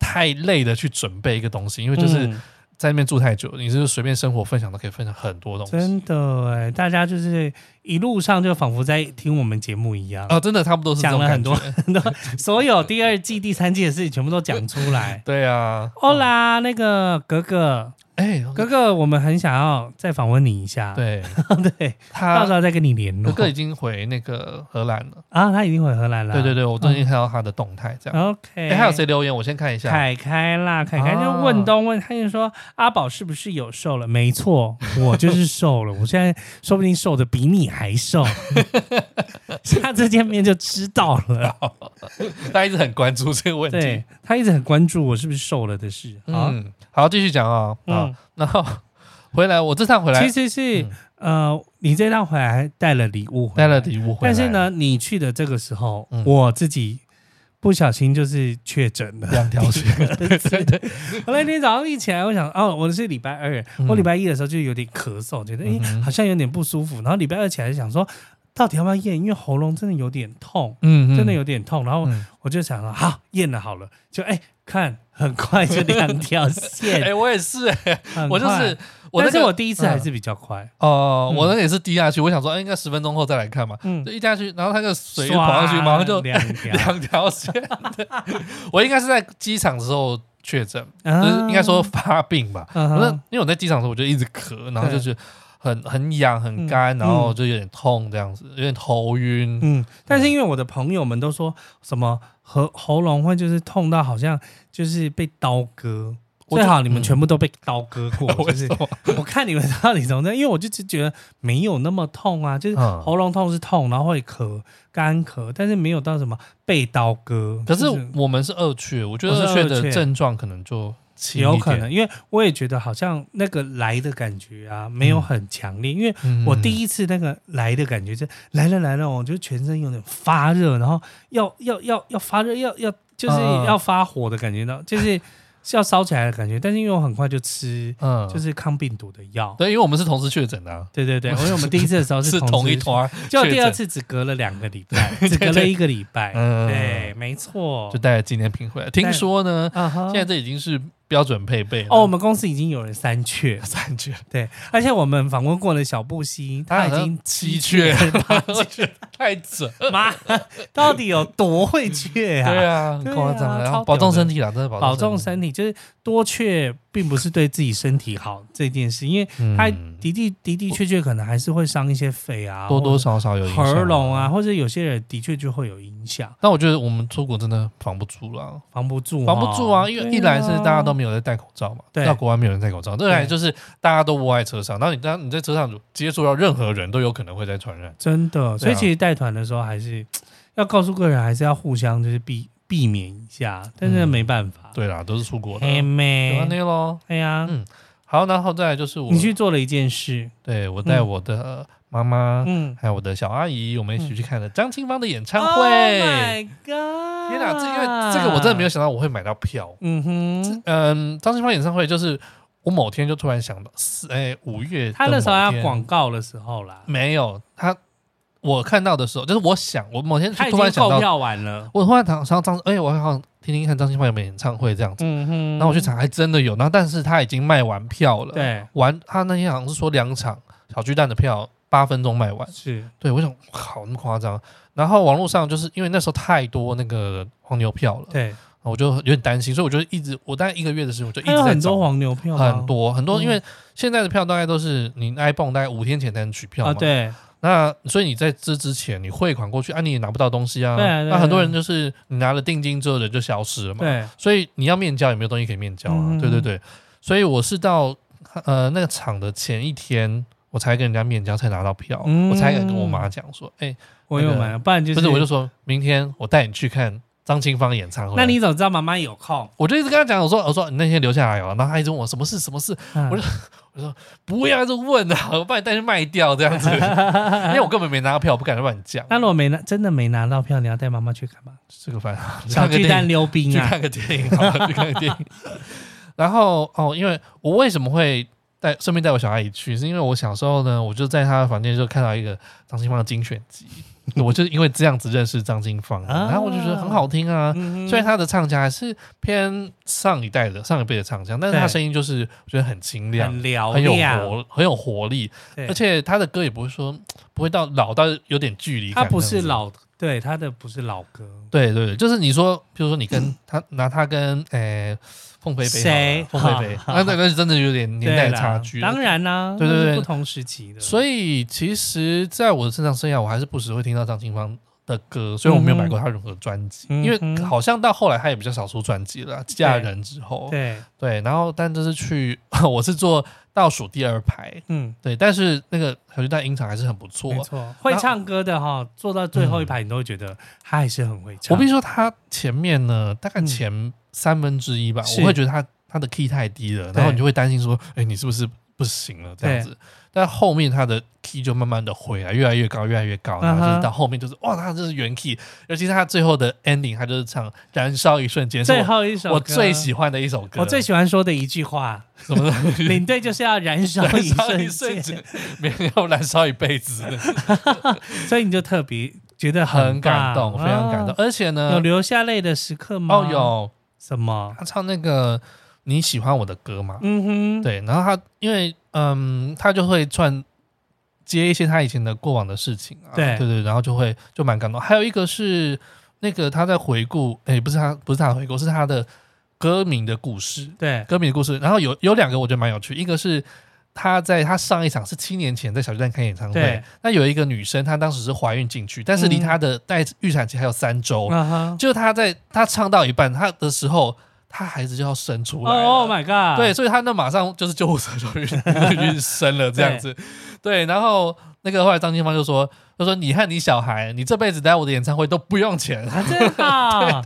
Speaker 1: 太累的去准备一个东西，因为就是
Speaker 3: 嗯
Speaker 1: 在那边住太久，你就是随便生活分享都可以分享很多东西。
Speaker 3: 真的哎，大家就是一路上就仿佛在听我们节目一样，
Speaker 1: 啊，真的差不多是这种
Speaker 3: 讲了很多
Speaker 1: 感觉。
Speaker 3: 所有第二季、第三季的事情全部都讲出来
Speaker 1: 对啊，
Speaker 3: 欧啦，那个格格，
Speaker 1: 哎，
Speaker 3: 格格，我们很想要再访问你一下。
Speaker 1: 对
Speaker 3: 对，啊到时
Speaker 1: 他
Speaker 3: 候再跟你联络。
Speaker 1: 哥哥已经回那个荷兰了。
Speaker 3: 啊，他一定会荷兰啦。嗯
Speaker 1: 对对对，我最近看到他的动态，这样。
Speaker 3: ，OK。
Speaker 1: 哎，还有谁留言？我先看一下。
Speaker 3: 凯凯啦，凯凯就
Speaker 1: 啊
Speaker 3: 问东问，他就说阿宝是不是有瘦了？没错，我就是瘦了，我 现在说不定瘦的比你 还瘦，下次见面就知道了。
Speaker 1: 他一直很关注这个问题
Speaker 3: 对。他一直很关注我是不是瘦了的事啊。
Speaker 1: 嗯，好，继续讲啊啊
Speaker 3: 嗯，，
Speaker 1: 然后回来，我这趟回来
Speaker 3: 其实是
Speaker 1: 嗯
Speaker 3: 呃，你这趟回来还带了礼物，
Speaker 1: 带了。礼物回来，
Speaker 3: 但是，呢，你去的这个时候
Speaker 1: 嗯，
Speaker 3: 我自己不小心就是确诊 了。
Speaker 1: 两条线，对对对，
Speaker 3: 我那天早上一起来，我想哦，我是礼拜二，
Speaker 1: 嗯
Speaker 3: 我礼拜一的时候就有点咳嗽，觉得诶
Speaker 1: 嗯哼
Speaker 3: 好像有点不舒服，然后礼拜二起来就想说到底要不要验，因为喉咙真的有点痛，
Speaker 1: 嗯
Speaker 3: 真的，有点痛，然后
Speaker 1: 嗯
Speaker 3: 我就想说好验了好了，就诶看很快就两条 线，
Speaker 1: 哎，我也是，哎
Speaker 3: 很快
Speaker 1: 我就是，我那
Speaker 3: 但是
Speaker 1: 个嗯
Speaker 3: 我第一次还是比较快，
Speaker 1: 哦，
Speaker 3: 嗯
Speaker 1: 我那个也是滴下去，我想说，哎应该十分钟后再来看嘛，
Speaker 3: 嗯啊
Speaker 1: 就，一滴下去，然后那个水就跑上去，
Speaker 3: 唰
Speaker 1: 马上就
Speaker 3: 两 条，
Speaker 1: 两条线。对 我应该是在机场的时候确诊，就
Speaker 3: 就是
Speaker 1: 应该说发病吧。
Speaker 3: 嗯
Speaker 1: 我那
Speaker 3: 哼
Speaker 1: 因为我在机场的时候我就一直咳，然后就
Speaker 3: 对
Speaker 1: 是很很痒、很干，
Speaker 3: 嗯
Speaker 1: 然后就有点痛这样子，有点头晕。
Speaker 3: 嗯，但是因为我的朋友们都说什么喉喉咙会就是痛到好像就是被刀割，
Speaker 1: 我
Speaker 3: 最
Speaker 1: 就
Speaker 3: 好你
Speaker 1: 嗯
Speaker 3: 们全部都被刀割
Speaker 1: ，
Speaker 3: 过
Speaker 1: 为
Speaker 3: 就
Speaker 1: 什
Speaker 3: 是
Speaker 1: 么？
Speaker 3: 我看你们到底怎么样，因为我就只觉得没有那么痛啊，就是
Speaker 1: 嗯
Speaker 3: 喉咙痛是痛，然后会咳干咳，但是没有到什么被刀割，
Speaker 1: 可是
Speaker 3: 就
Speaker 1: 我们是二确，我觉得
Speaker 3: 我是
Speaker 1: 二确
Speaker 3: 二
Speaker 1: 的
Speaker 3: 确
Speaker 1: 症状可能就轻一
Speaker 3: 有可
Speaker 1: 点
Speaker 3: 能，因为我也觉得好像那个来的感觉啊没有
Speaker 1: 嗯
Speaker 3: 很强烈，因为
Speaker 1: 嗯
Speaker 3: 我第一次那个来的感觉就来了来了，我就全身有点发热，然后要要要要发热，要要就是
Speaker 1: 嗯
Speaker 3: 要发火的感觉到，就是是要烧起来的感觉。但是因为我很快就吃
Speaker 1: 嗯
Speaker 3: 就是抗病毒的药，
Speaker 1: 对，因为我们是同时确诊的啊，
Speaker 3: 对对对， 因为我们第一次的时候
Speaker 1: 是
Speaker 3: 同
Speaker 1: 同一
Speaker 3: 时，
Speaker 1: 团，
Speaker 3: 就第
Speaker 1: 确
Speaker 3: 二
Speaker 1: 诊
Speaker 3: 次只隔了两个礼拜，只隔了一个礼 拜，
Speaker 1: 嗯
Speaker 3: 对，没错
Speaker 1: 就，带了纪念品回来。听说呢，
Speaker 3: 啊哈
Speaker 1: 现在这已经是标准配备了
Speaker 3: 哦，我们公司已经有人三确，
Speaker 1: 三缺，
Speaker 3: 对，而且我们访问过的小布希，他已经
Speaker 1: 七缺
Speaker 3: 了，八，
Speaker 1: 我觉得太准。
Speaker 3: 妈，到底有多会缺啊？
Speaker 1: 对啊，很
Speaker 3: 对啊
Speaker 1: 夸张
Speaker 3: 超
Speaker 1: 啊。然
Speaker 3: 屌
Speaker 1: 后
Speaker 3: 的
Speaker 1: 保重身体啦，真的保
Speaker 3: 保
Speaker 1: 重
Speaker 3: 重
Speaker 1: 体。
Speaker 3: 身体就是多确，并不是对自己身体好这件事，因为
Speaker 1: 嗯
Speaker 3: 它的的的的确确可能还是会伤一些肺啊，
Speaker 1: 多多
Speaker 3: 或者
Speaker 1: 少少有影响
Speaker 3: 喉咙啊，。或者有些人的确就会有影响，
Speaker 1: 但我觉得我们出国真的防不住了，
Speaker 3: 防不住哦，
Speaker 1: 防不住啊！因为
Speaker 3: 对
Speaker 1: 一来是大家都没有在戴口罩嘛，
Speaker 3: 对
Speaker 1: 到国外没有人戴口罩；二来就是大家都窝在车上，然后你当你在车上接触到任何人都有可能会再传染。
Speaker 3: 真的，所以
Speaker 1: 对啊
Speaker 3: 其实带团的时候还是要告诉个人，还是要互相就是避避免一下，但是
Speaker 1: 嗯
Speaker 3: 没办法，
Speaker 1: 对啦，都是出国的，
Speaker 3: 嘿
Speaker 1: 有
Speaker 3: 妹
Speaker 1: 啊，那咯。
Speaker 3: 哎呀
Speaker 1: 嗯，好，然后再来就是我
Speaker 3: 你，去做了一件事，
Speaker 1: 对我带我的妈妈
Speaker 3: 嗯，
Speaker 1: 还有我的小阿姨，我们一起去看了张清芳的演唱
Speaker 3: Oh
Speaker 1: 会。
Speaker 3: my god！
Speaker 1: 天哪，这因为这个我真的
Speaker 3: 啊
Speaker 1: 没有，想到我会买到票，
Speaker 3: 嗯哼，
Speaker 1: 嗯，张清芳演唱会就是我某天就突然想到，四哎五月
Speaker 3: 他那时候
Speaker 1: 的
Speaker 3: 要
Speaker 1: 某天嗯
Speaker 3: 广告的时候啦，
Speaker 1: 没有他，我看到的时候就是我想我某天
Speaker 3: 他已
Speaker 1: 就突然
Speaker 3: 经
Speaker 1: 想
Speaker 3: 购
Speaker 1: 到，
Speaker 3: 票完了，
Speaker 1: 我突然想到张，哎、我好像听听看张清芳有没有演唱会这样子，
Speaker 3: 嗯哼，
Speaker 1: 然后我去查，还真的有，然后但是他已经卖完票了，，
Speaker 3: 对，
Speaker 1: 完他那天好像是说两场小巨蛋的票八分钟卖完，
Speaker 3: 是，
Speaker 1: 对我想靠那么夸张，然后网络上就是因为那时候太多那个黄牛票了，
Speaker 3: 对，
Speaker 1: 哦我就有点担心，所以我就一直我大概一个月的时间我就一
Speaker 3: 还
Speaker 1: 直
Speaker 3: 有
Speaker 1: 在
Speaker 3: 很
Speaker 1: 找
Speaker 3: 多黄牛票吗，
Speaker 1: 很多很多，
Speaker 3: 嗯
Speaker 1: 因为现在的票大概都是你 iPhone 大概五天前才能取票嘛。
Speaker 3: 啊，。对，
Speaker 1: 那所以你在这之前，你汇款过去啊，你也拿不到东西啊。
Speaker 3: 对啊对啊
Speaker 1: 那很多人就是你拿了定金之后人就消失了嘛。
Speaker 3: 对，
Speaker 1: 所以你要面交也没有东西可以面交啊。
Speaker 3: 嗯
Speaker 1: 对对对。所以我是到呃那个场的前一天，我才跟人家面交，才拿到票，
Speaker 3: 嗯
Speaker 1: 我才敢跟我妈讲说，哎、
Speaker 3: 我有买了，不然就
Speaker 1: 不
Speaker 3: 是
Speaker 1: 是，我就说明天我带你去看张清芳演唱会。啊
Speaker 3: 那你怎么知道妈妈有空？
Speaker 1: 我就一直跟他讲，我说我说你那天留下来哦，然后他一直问我什么事什么事，
Speaker 3: 嗯
Speaker 1: 我就不要一直问啊，我把你带去卖掉这样子， 因为我根本没拿到票，我不敢乱讲。
Speaker 3: 那如果没拿，真的没拿到票，你要带妈妈去干嘛？
Speaker 1: 这个饭
Speaker 3: 小巨蛋溜冰
Speaker 1: 去
Speaker 3: 啊！
Speaker 1: 看个电影，好吧，去看个电影。 然后哦，因为我为什么会带顺便带我小阿姨去，是因为我小时候呢，我就在她的房间就看到一个张清芳的精选 集，我就是因为这样子认识张清芳，
Speaker 3: 啊
Speaker 1: 然后我就觉得很好听啊。
Speaker 3: 嗯
Speaker 1: 虽然她的唱腔还是偏上一代的上一辈的唱腔，但是她
Speaker 3: 对
Speaker 1: 声音就是我觉得很清亮，
Speaker 3: 很嘹
Speaker 1: 很有
Speaker 3: 亮，
Speaker 1: 活，很有活力，
Speaker 3: 对
Speaker 1: 而且她的歌也不会说不会到老到有点距离感这
Speaker 3: 他
Speaker 1: 样子，
Speaker 3: 不是老，对，他的不是老歌，
Speaker 1: 对对对，就是你说，比如说你跟他拿他跟诶凤飞飞
Speaker 3: 谁
Speaker 1: 好了凤飞飞，
Speaker 3: 好
Speaker 1: 那那个是真的有点年代
Speaker 3: 对啦
Speaker 1: 差距。
Speaker 3: 当，然啦，
Speaker 1: 对对
Speaker 3: 那是
Speaker 1: 对
Speaker 3: 不同时期的，
Speaker 1: 所以其实在我的成长生涯，我还是不时会听到张清芳的歌，虽然我没有买过她任何专辑，
Speaker 3: 嗯哼
Speaker 1: 因为好像到后来她也比较少出专辑了，嫁人之后，
Speaker 3: 对，
Speaker 1: 对，然后但这是去 我是坐倒数第二排，
Speaker 3: 嗯，
Speaker 1: 对，但是那个小巨蛋音场还是很不错
Speaker 3: 没。错，会唱歌的哈，坐到最后一排，你都会觉得他还是很会
Speaker 1: 嗯我
Speaker 3: 唱
Speaker 1: 必。须说，她前面呢，大概
Speaker 3: 嗯
Speaker 1: 前三分之一吧，
Speaker 3: 是
Speaker 1: 我会觉得她她的 key 太低了，
Speaker 3: 对
Speaker 1: 然后你就会担心说，哎，你是不是不行了这样子？但后面她的 key 就慢慢的回来，越来越高，越来越高，然
Speaker 3: 嗯哼
Speaker 1: 后就是到后面就是哇，她这是原 key，尤其是她最后的 ending，她就是唱《燃烧一瞬间》，是
Speaker 3: 最
Speaker 1: 我
Speaker 3: 后一首歌，
Speaker 1: 我最喜欢的一首歌，
Speaker 3: 我最喜欢说的一句话，
Speaker 1: 什 么东西？
Speaker 3: 领队就是要燃烧
Speaker 1: 燃
Speaker 3: 一
Speaker 1: 烧一
Speaker 3: 瞬
Speaker 1: 瞬
Speaker 3: 间
Speaker 1: 间，，没有燃烧一辈子，
Speaker 3: 所以你就特别觉得
Speaker 1: 很感
Speaker 3: 棒
Speaker 1: 动，非常感动。。而且
Speaker 3: 啊有
Speaker 1: 呢，
Speaker 3: 流下泪的时刻吗？
Speaker 1: 哦，有
Speaker 3: 什么？
Speaker 1: 她唱那个你喜欢我的歌吗？
Speaker 3: 嗯哼，
Speaker 1: 对，然后他因为嗯，他就会串接一些他以前的过往的事情啊，
Speaker 3: 对
Speaker 1: 对对，然后就会就蛮感动。还有一个是那个他在回顾，哎，不是他不是他的回顾，是他的歌名的故事，
Speaker 3: 对
Speaker 1: 歌名的故事。然后有有两个我觉得蛮有趣，一个是。他在他上一场是七年前在小巨蛋开演唱会
Speaker 3: 对，
Speaker 1: 那有一个女生，她当时是怀孕进去，但是离
Speaker 3: 嗯
Speaker 1: 她的待预产期还有三周，
Speaker 3: 啊哈
Speaker 1: 就她在她唱到一半她的时候，她孩子就要生出来了。
Speaker 3: 哦，Oh my god！
Speaker 1: 对，，所以他那马上就是救护车就 晕就晕生了这样子，对，然后那个后来张清芳就说，就说你和你小孩，你这辈子来我的演唱会都不用钱，
Speaker 3: 啊，真好，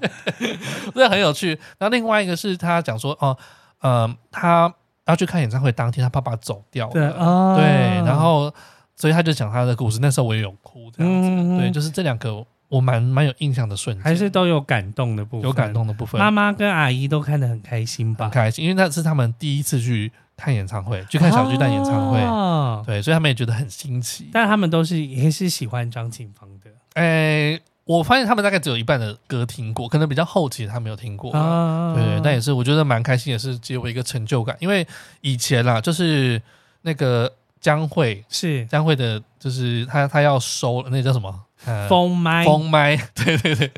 Speaker 1: 这很有趣。然后另外一个是他讲说，哦，嗯，他要去看演唱会当天，他爸爸走掉
Speaker 3: 对
Speaker 1: 了，
Speaker 3: 啊，
Speaker 1: 对，然后所以他就讲他的故事，那时候我也有哭这样子，
Speaker 3: 嗯，
Speaker 1: 对，就是这两个我蛮蛮有印象的瞬间，
Speaker 3: 还是都有感动的部分，
Speaker 1: 有感。动的部分，
Speaker 3: 妈妈跟阿姨都看得很开心吧
Speaker 1: 很？开心，因为那是他们第一次去看演唱会，去看小巨蛋演唱会。
Speaker 3: 哦
Speaker 1: 对，所以他们也觉得很新奇。
Speaker 3: 但他们都是也是喜欢张清芳的
Speaker 1: 诶、我发现他们大概只有一半的歌听过，可能比较后期他没有听过。
Speaker 3: 啊
Speaker 1: 对对，那也是我觉得蛮开心，也是给我一个成就感。因为以前啦，就是那个江蕙，
Speaker 3: 是
Speaker 1: 江蕙的，就是他他要收那叫什么？呃
Speaker 3: 封麦，
Speaker 1: 封麦， 对对对，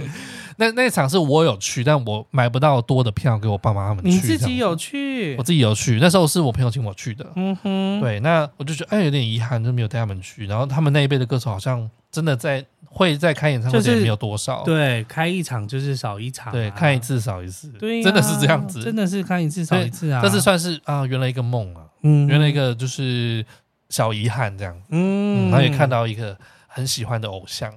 Speaker 1: 那那场是我有去，但我买不到多的票给我爸妈他们去。
Speaker 3: 你自己
Speaker 1: 这样
Speaker 3: 有去
Speaker 1: 子？我？自己有去，那时候是我朋友请我去的。
Speaker 3: 嗯哼，
Speaker 1: 对，那我就觉得哎，有点遗憾，就没有带他们去。然后他们那一辈的歌手好像真的在会在开演唱会
Speaker 3: 就是
Speaker 1: 的也没有多少，
Speaker 3: 对，开一场就是少一场啊，
Speaker 1: 对，看一次少一次，
Speaker 3: 对呀，
Speaker 1: 真的是这样子，
Speaker 3: 真的是看一次少一次啊！
Speaker 1: 这是算是啊，圆了一个梦啊，
Speaker 3: 嗯
Speaker 1: 圆了一个就是小遗憾这样。嗯，
Speaker 3: 嗯，
Speaker 1: 然后也看到一个很喜欢的偶像，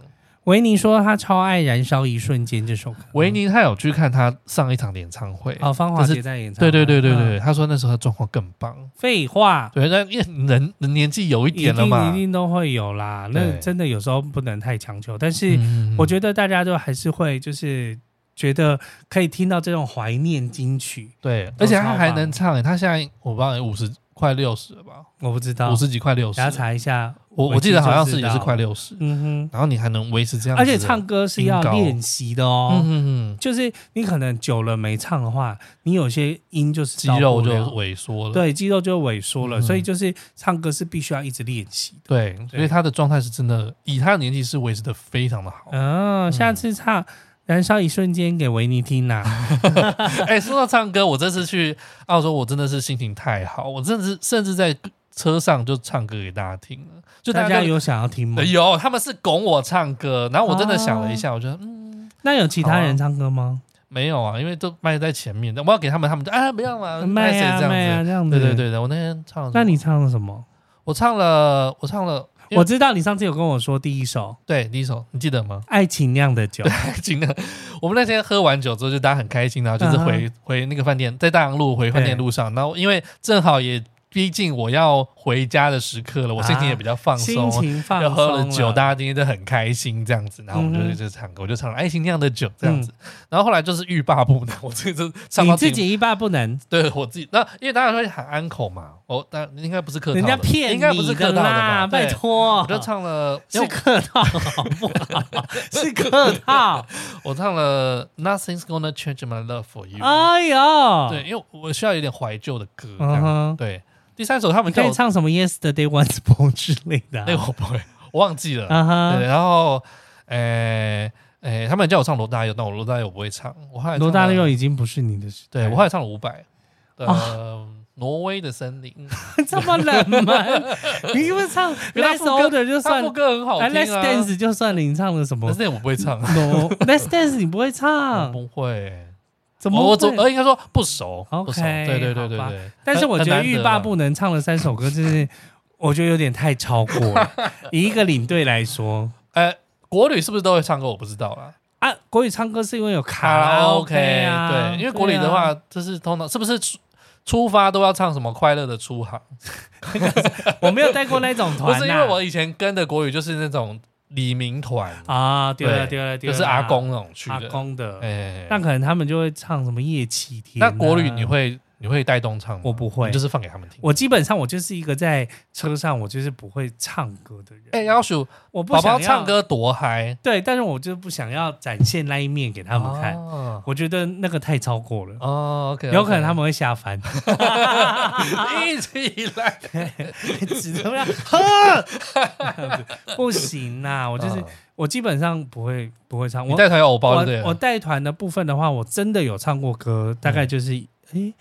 Speaker 3: 维尼说他超爱《燃烧一瞬间》这首歌。
Speaker 1: 维尼他有去看他上一场演唱会，
Speaker 3: 哦，芳华
Speaker 1: 就是
Speaker 3: 姐在演唱
Speaker 1: 对
Speaker 3: 会，
Speaker 1: 对对对对，
Speaker 3: 嗯，
Speaker 1: 他说那时候他状况更棒。
Speaker 3: 废话。
Speaker 1: 对，那因为人人年纪有一
Speaker 3: 一
Speaker 1: 点了嘛
Speaker 3: 定一，定都会有啦，那
Speaker 1: 对
Speaker 3: 真的有时候不能太强求，但是
Speaker 1: 嗯
Speaker 3: 我觉得大家都还是会就是觉得可以听到这种怀念金曲，
Speaker 1: 对，
Speaker 3: 都
Speaker 1: 而且他
Speaker 3: 超
Speaker 1: 还
Speaker 3: 棒
Speaker 1: 能唱欸，他现在我不知道五十快六十了吧，
Speaker 3: 我不知道
Speaker 1: 五，十几快六十
Speaker 3: 大家，查一下，
Speaker 1: 我我
Speaker 3: 回去
Speaker 1: 记得好像
Speaker 3: 就是知
Speaker 1: 也是
Speaker 3: 道
Speaker 1: 快，六十，
Speaker 3: 嗯
Speaker 1: 然后你还能维持这样子的，
Speaker 3: 哼，而且唱歌是要
Speaker 1: 音高
Speaker 3: 练习的哦，
Speaker 1: 嗯，嗯嗯，
Speaker 3: 就是你可能久了没唱的话，你有些音就 是
Speaker 1: 肌
Speaker 3: 到不
Speaker 1: 肉就
Speaker 3: 了
Speaker 1: 萎缩了，
Speaker 3: 对肌肉就萎缩了，
Speaker 1: 嗯
Speaker 3: 所以就是唱歌是必须要一直练习的。
Speaker 1: 对，所以他的状态是真的，以他的年纪是维持的非常的好。哦
Speaker 3: 嗯，下次唱《燃烧一瞬间》给维尼听呐、
Speaker 1: 哎，说到唱歌，我这次去澳洲，我真的是心情太好，我甚至甚至在车上就唱歌给大家听了， 就
Speaker 3: 大
Speaker 1: 大
Speaker 3: 家
Speaker 1: 家。
Speaker 3: 有想要听吗
Speaker 1: 呃？有，他们是拱我唱歌，然后我真的想了一下，我觉得嗯
Speaker 3: 那有其他
Speaker 1: 好啊
Speaker 3: 人唱歌吗？
Speaker 1: 没有啊，因为都麦在前面，我要给他们，他们就啊不要嘛，麦谁
Speaker 3: 妹
Speaker 1: 这样
Speaker 3: 啊妹
Speaker 1: 子
Speaker 3: 啊，这样子。
Speaker 1: 对对对对，我那天唱了什么，
Speaker 3: 那你唱了什么？
Speaker 1: 我唱了，我唱了，因为
Speaker 3: 我知道你上次有跟我说第一首
Speaker 1: 对，第一首你记得吗？
Speaker 3: 《爱情酿的 酒》，
Speaker 1: 真的，我们那天喝完酒之后，就大家很开心，然后就是
Speaker 3: 嗯
Speaker 1: 回、回那个饭店，在大洋路回饭店的路上，然后因为正好也逼近我要回家的时刻了，我心情也比较放
Speaker 3: 啊心
Speaker 1: 松，啊
Speaker 3: 情放
Speaker 1: 又
Speaker 3: 松啊
Speaker 1: 喝了酒，大家今天都很开心这样子，然后我
Speaker 3: 嗯
Speaker 1: 们
Speaker 3: 哼
Speaker 1: 就
Speaker 3: 嗯
Speaker 1: 就唱歌，我就唱了《爱情酿的酒》这样子，然后后来就是欲罢不能，我自己就唱到
Speaker 3: 你自
Speaker 1: 停
Speaker 3: 己一发不能，
Speaker 1: 对我自己，那因为大家会喊 uncle 嘛，我哦当然应该不是客套的，
Speaker 3: 人家骗
Speaker 1: 应该不是
Speaker 3: 你
Speaker 1: 客
Speaker 3: 的
Speaker 1: 套的
Speaker 3: 啦，
Speaker 1: 嘛，
Speaker 3: 拜
Speaker 1: 对。
Speaker 3: 托，
Speaker 1: 我就唱了，因
Speaker 3: 是
Speaker 1: 为
Speaker 3: 客套好不好？是客套，
Speaker 1: 我唱了 Nothing's Gonna Change My Love for You，
Speaker 3: 哎呦，
Speaker 1: 对，，因为我需要有点怀旧的歌，这
Speaker 3: 嗯
Speaker 1: 样
Speaker 3: 哼
Speaker 1: 对。第三首他们
Speaker 3: 你可
Speaker 1: 叫
Speaker 3: 以
Speaker 1: 我，
Speaker 3: 唱什么 Yesterday Once More 之类的啊，
Speaker 1: 那个我不会， 我忘记了。
Speaker 3: 啊哈
Speaker 1: 对，，然后，诶诶，他们叫我唱罗大佑，但我罗大佑不会唱。我后来唱
Speaker 3: 罗大佑
Speaker 1: 了，
Speaker 3: 已经不是你的时代，
Speaker 1: 对我后来唱了伍佰的
Speaker 3: 哦
Speaker 1: 《挪威的森 林》，
Speaker 3: 这么冷门， 你是不是唱 Let's
Speaker 1: 他副歌
Speaker 3: Order 就
Speaker 1: 他
Speaker 3: 算
Speaker 1: 副，歌很好
Speaker 3: 哎
Speaker 1: 听啊。
Speaker 3: Let's Dance 就算了，你唱了什么
Speaker 1: 但是那我不会唱，啊
Speaker 3: ？No Let's Dance 你不会
Speaker 1: 我
Speaker 3: 唱，
Speaker 1: 不会。
Speaker 3: 嗯怎
Speaker 1: 我
Speaker 3: 么
Speaker 1: 我总
Speaker 3: 会？
Speaker 1: 呃应该说不熟，不熟。
Speaker 3: OK，
Speaker 1: 对对对对
Speaker 3: 好吧
Speaker 1: 对。
Speaker 3: 但是我觉得
Speaker 1: 很啊
Speaker 3: 欲罢不能唱了三首歌，就是我觉得有点太超过了，以一个领队来说。
Speaker 1: 难得呃，国旅是不是都会唱歌？我不知道啦。
Speaker 3: 啊，国语唱歌是因为有卡
Speaker 1: 卡
Speaker 3: 拉
Speaker 1: 拉
Speaker 3: OK
Speaker 1: OK，
Speaker 3: 啊，
Speaker 1: 对，因为国旅的
Speaker 3: 对啊
Speaker 1: 话，就是通常是不是出出发都要唱什么快乐的出航？
Speaker 3: 啊，我没有带过那种
Speaker 1: 不
Speaker 3: 团、啊，
Speaker 1: 是因为我以前跟的国语就是那种李明团，
Speaker 3: 啊，对了
Speaker 1: 对
Speaker 3: 对了对
Speaker 1: 就
Speaker 3: 了，
Speaker 1: 是阿公那种去
Speaker 3: 阿
Speaker 1: 的。
Speaker 3: 公的，
Speaker 1: 哎，
Speaker 3: 那可能他们就会唱什么夜启啊天、
Speaker 1: 那国旅你？会你会带动唱吗？
Speaker 3: 我不会
Speaker 1: 你就是放给他们听。
Speaker 3: 我基本上我就是一个在车上我就是不会唱歌的人，
Speaker 1: 哎，老鼠
Speaker 3: 我不
Speaker 1: 宝
Speaker 3: 想
Speaker 1: 宝
Speaker 3: 要
Speaker 1: 唱，歌多嗨，
Speaker 3: 对，但是我就不想要展现那一面给他们看，
Speaker 1: 哦
Speaker 3: 我觉得那个太超过了。
Speaker 1: 哦，OK，
Speaker 3: 有可能他们会下凡，
Speaker 1: 啊一直以来，
Speaker 3: 只能 让啊不行呐、我就是
Speaker 1: 嗯
Speaker 3: 我基本上不会不会唱，
Speaker 1: 你
Speaker 3: 我
Speaker 1: 带团有偶包对不对
Speaker 3: 我我带团的部分的话，我真的有唱过歌，大
Speaker 1: 嗯
Speaker 3: 概就是诶、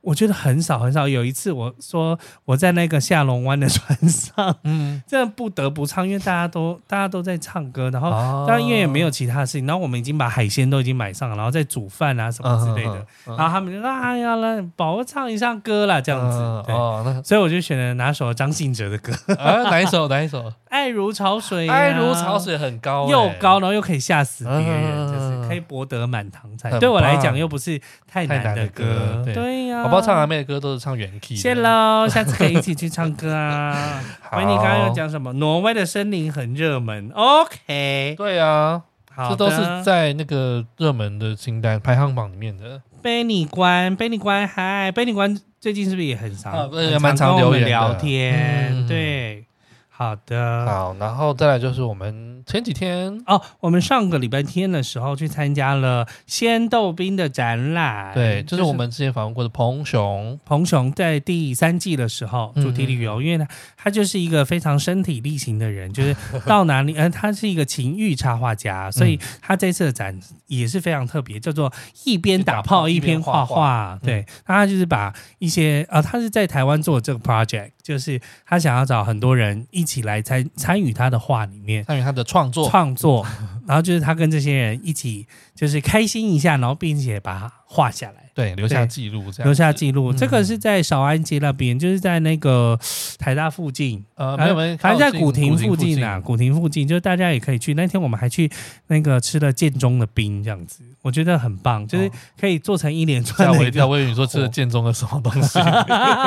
Speaker 3: 我觉得很少很少。有一次我说我在那个下龙湾的船上，
Speaker 1: 嗯，
Speaker 3: 真的不得不唱，因为大家都大家都在唱歌，然后
Speaker 1: 哦
Speaker 3: 当然因为也没有其他的事情，然后我们已经把海鲜都已经买上了，然后再煮饭啊什么之类的，，
Speaker 1: 嗯
Speaker 3: 然后他们就说哎呀，那宝宝唱一唱歌啦这样子，
Speaker 1: 嗯
Speaker 3: 对
Speaker 1: 哦，那
Speaker 3: 所以我就选了哪首张信哲的歌，《
Speaker 1: 啊，哪一首？哪一首？
Speaker 3: 爱如潮水》，啊
Speaker 1: 爱哎如潮。水很高欸，
Speaker 3: 又高，然后又可以吓死别人，
Speaker 1: 嗯
Speaker 3: 就是可以博得满堂彩
Speaker 1: 很。棒
Speaker 3: 对我来讲，又不是太难的
Speaker 1: 太难的歌对
Speaker 3: 对啊呀，
Speaker 1: 宝宝唱阿。啊妹的歌都是唱原 key 的。
Speaker 3: 谢 喽，下次可以一起去唱歌啊！
Speaker 1: 好
Speaker 3: 维尼刚刚要讲什么？挪威的森林很热门，OK，
Speaker 1: 对啊，
Speaker 3: 好
Speaker 1: 这
Speaker 3: 的，
Speaker 1: 都是在那个热门的清单排行榜里面的。
Speaker 3: 贝尼关，贝尼关，嗨，贝尼关最近是不是也很常
Speaker 1: 啊对
Speaker 3: 很
Speaker 1: 蛮常
Speaker 3: 常跟我们
Speaker 1: 留言的
Speaker 3: 聊天？
Speaker 1: 嗯
Speaker 3: 对，好的，
Speaker 1: 好，然后再来就是我们前几天
Speaker 3: 哦，我们上个礼拜天的时候去参加了仙豆冰的展览，
Speaker 1: 对，就是我们之前访问过的彭雄，
Speaker 3: 彭雄在第三季的时候
Speaker 1: 嗯
Speaker 3: 主题旅游，因为呢，他就是一个非常身体力行 的人，就是到哪里，呃，他是一个情欲插画
Speaker 1: 嗯
Speaker 3: 家，所以他这次的展也是非常特别，叫做一边打炮一
Speaker 1: 一边
Speaker 3: 边画
Speaker 1: 画嗯
Speaker 3: 画。对，那他就是把一些啊、呃他是在台湾做这个 project，就是他想要找很多人一起来参参与他的画里面。
Speaker 1: 参与他的创作。
Speaker 3: 创作，然后就是他跟这些人一起，就是开心一下，然后并且把它画下来，
Speaker 1: 对，留下
Speaker 3: 对
Speaker 1: 记录这样。
Speaker 3: 留下记录。
Speaker 1: 嗯
Speaker 3: 这个是在韶安街那边，就是在那个台大附近，
Speaker 1: 呃，没有没有，
Speaker 3: 反正
Speaker 1: 靠
Speaker 3: 在
Speaker 1: 近
Speaker 3: 古亭
Speaker 1: 附
Speaker 3: 附近啊，古亭附近，就是大家也可以去。那天我们还去那个吃了建中的冰，这样子，我觉得很棒，就是
Speaker 1: 哦
Speaker 3: 可以做成一连
Speaker 1: 吓
Speaker 3: 串
Speaker 1: 我
Speaker 3: 的
Speaker 1: 一
Speaker 3: 一
Speaker 1: 跳，
Speaker 3: 个。哦
Speaker 1: 我以为你说这是剑中的什么东 西。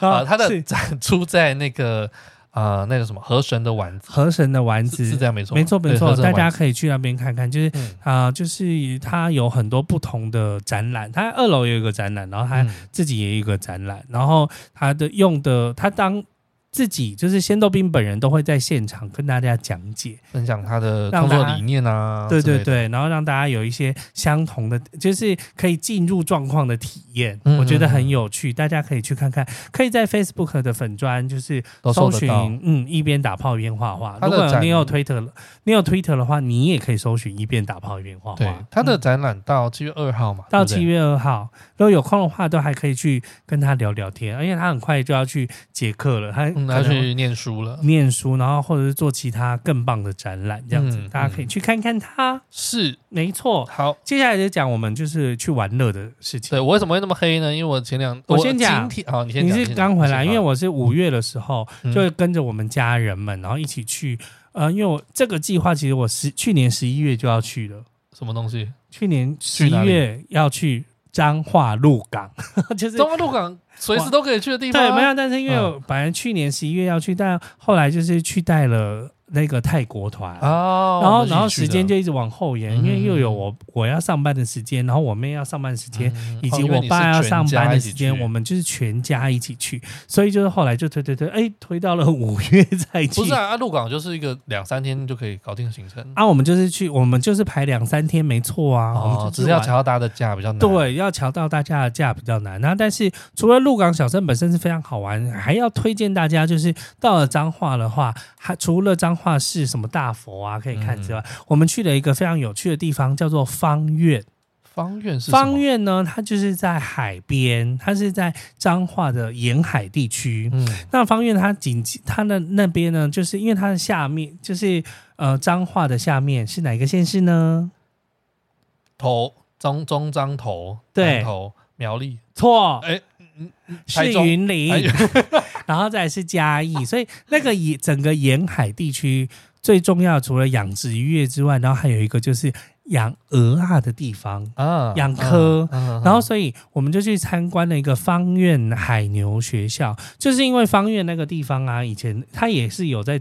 Speaker 1: 啊，他的
Speaker 3: 是
Speaker 1: 展出在 那个啊、呃那个什么河神的丸子，
Speaker 3: 河神的丸子
Speaker 1: 是是这样没错吗，
Speaker 3: 没错没
Speaker 1: 对
Speaker 3: 错，
Speaker 1: 河神的
Speaker 3: 大
Speaker 1: 丸
Speaker 3: 家
Speaker 1: 子
Speaker 3: 可以去那边看看，就是
Speaker 1: 嗯
Speaker 3: 啊、就是它有很多不同的展览，它二楼也有一个展览，然后它
Speaker 1: 嗯
Speaker 3: 自己也有一个展览，然后它的用的，它当自己就是仙豆冰本人都会在现场跟大家讲解，
Speaker 1: 分享他的
Speaker 3: 让
Speaker 1: 创
Speaker 3: 大
Speaker 1: 作
Speaker 3: 家
Speaker 1: 理念啊，
Speaker 3: 对
Speaker 1: 之类
Speaker 3: 对
Speaker 1: 的，
Speaker 3: 对，然后让大家有一些相同的，就是可以进入状况的体验，
Speaker 1: 嗯
Speaker 3: 我觉得很有趣，大家可以去看看，可以在 Facebook 的粉砖就是
Speaker 1: 都搜
Speaker 3: 搜
Speaker 1: 得
Speaker 3: 寻
Speaker 1: 到。，
Speaker 3: 嗯，一边打炮一边画画。
Speaker 1: 他
Speaker 3: 如
Speaker 1: 的
Speaker 3: 果
Speaker 1: 展
Speaker 3: 你有 Twitter，你有 Twitter 的话，你也可以搜寻一边打炮一边画
Speaker 1: 对
Speaker 3: 画。，
Speaker 1: 他的
Speaker 3: 嗯
Speaker 1: 展览到七月二号嘛，
Speaker 3: 到
Speaker 1: 对不对
Speaker 3: 七月二号，如果有空的话，都还可以去跟他聊聊天，而且他很快就要去捷克了，他
Speaker 1: 嗯
Speaker 3: 可
Speaker 1: 他
Speaker 3: 能
Speaker 1: 去念书了。
Speaker 3: 念书，然后或者是做其他更棒的展览，这样子、
Speaker 1: 嗯
Speaker 3: 大家可以去看看他。
Speaker 1: 是，
Speaker 3: 没错，
Speaker 1: 好，
Speaker 3: 接下来就讲我们就是去玩乐的事情。
Speaker 1: 对我为什么会那么黑呢？因为我前两
Speaker 3: 我先讲
Speaker 1: 今天好，你先
Speaker 3: 你
Speaker 1: 讲。
Speaker 3: 是
Speaker 1: 先讲
Speaker 3: 刚回来，
Speaker 1: 先
Speaker 3: 因为
Speaker 1: 讲
Speaker 3: 我是五月的时候，
Speaker 1: 嗯
Speaker 3: 就跟着我们家人们，然后一起去。呃，因为我这个计划其实我十去年十一月就要去了，
Speaker 1: 什么东西？
Speaker 3: 去年十
Speaker 1: 去哪
Speaker 3: 一
Speaker 1: 里
Speaker 3: 月要去彰化鹿港， 就是
Speaker 1: 中央路港随时都可以去的地方啊。
Speaker 3: 对，没有，但是因为我本来去年十一月要去，但后来就是去带了那个泰国团。
Speaker 1: 哦，
Speaker 3: 然
Speaker 1: 我
Speaker 3: 后，
Speaker 1: 们
Speaker 3: 然后
Speaker 1: 一起去
Speaker 3: 时间
Speaker 1: 的
Speaker 3: 就一直往后延，
Speaker 1: 嗯
Speaker 3: 因为又有我我要上班的时间，然后我妹要上班的时间，
Speaker 1: 嗯
Speaker 3: 以
Speaker 1: 哦
Speaker 3: 及
Speaker 1: 因为
Speaker 3: 我
Speaker 1: 你是
Speaker 3: 爸要
Speaker 1: 全
Speaker 3: 上
Speaker 1: 家
Speaker 3: 班的
Speaker 1: 一起
Speaker 3: 时间，
Speaker 1: 去
Speaker 3: 我们就是全家一起去，所以就是后来就推推推，哎，推到了五月再去。
Speaker 1: 不是啊，啊鹿港就是一个两三天就可以搞定的行程。
Speaker 3: 啊，我们就是去，我们就是排两三天，没错啊，我们
Speaker 1: 哦
Speaker 3: 就，
Speaker 1: 只是要
Speaker 3: 玩
Speaker 1: 查到大家的价比较难。，
Speaker 3: 对，要抢到大家的价比较难。那啊但是除了鹿港小镇本身是非常好玩，还要推荐大家就是到了彰化的话，还除了彰化市什么大佛啊可以看之外，我们去了一个非常有趣的地方，叫做芳苑。
Speaker 1: 方院是
Speaker 3: 芳
Speaker 1: 院，
Speaker 3: 苑呢，它就是在海边，它是在彰化的沿海地区。
Speaker 1: 嗯，
Speaker 3: 那方院它紧接它的那边呢，就是因为它的下面就是呃彰化的下面是哪一个县市呢？
Speaker 1: 头中中彰头，
Speaker 3: 对
Speaker 1: 南头苗栗，
Speaker 3: 错，
Speaker 1: 哎，
Speaker 3: 是
Speaker 1: 台中
Speaker 3: 云林。
Speaker 1: 哎呦
Speaker 3: 然后再来是嘉义，所以那个以整个沿海地区最重要，除了养殖渔业之外，然后还有一个就是养鹅啊的地方。
Speaker 1: 啊，
Speaker 3: 养科
Speaker 1: 嗯，
Speaker 3: 然
Speaker 1: 然
Speaker 3: 后，所以我们就去参观了一个方院海牛学校，就是因为方院那个地方啊，以前它也是有在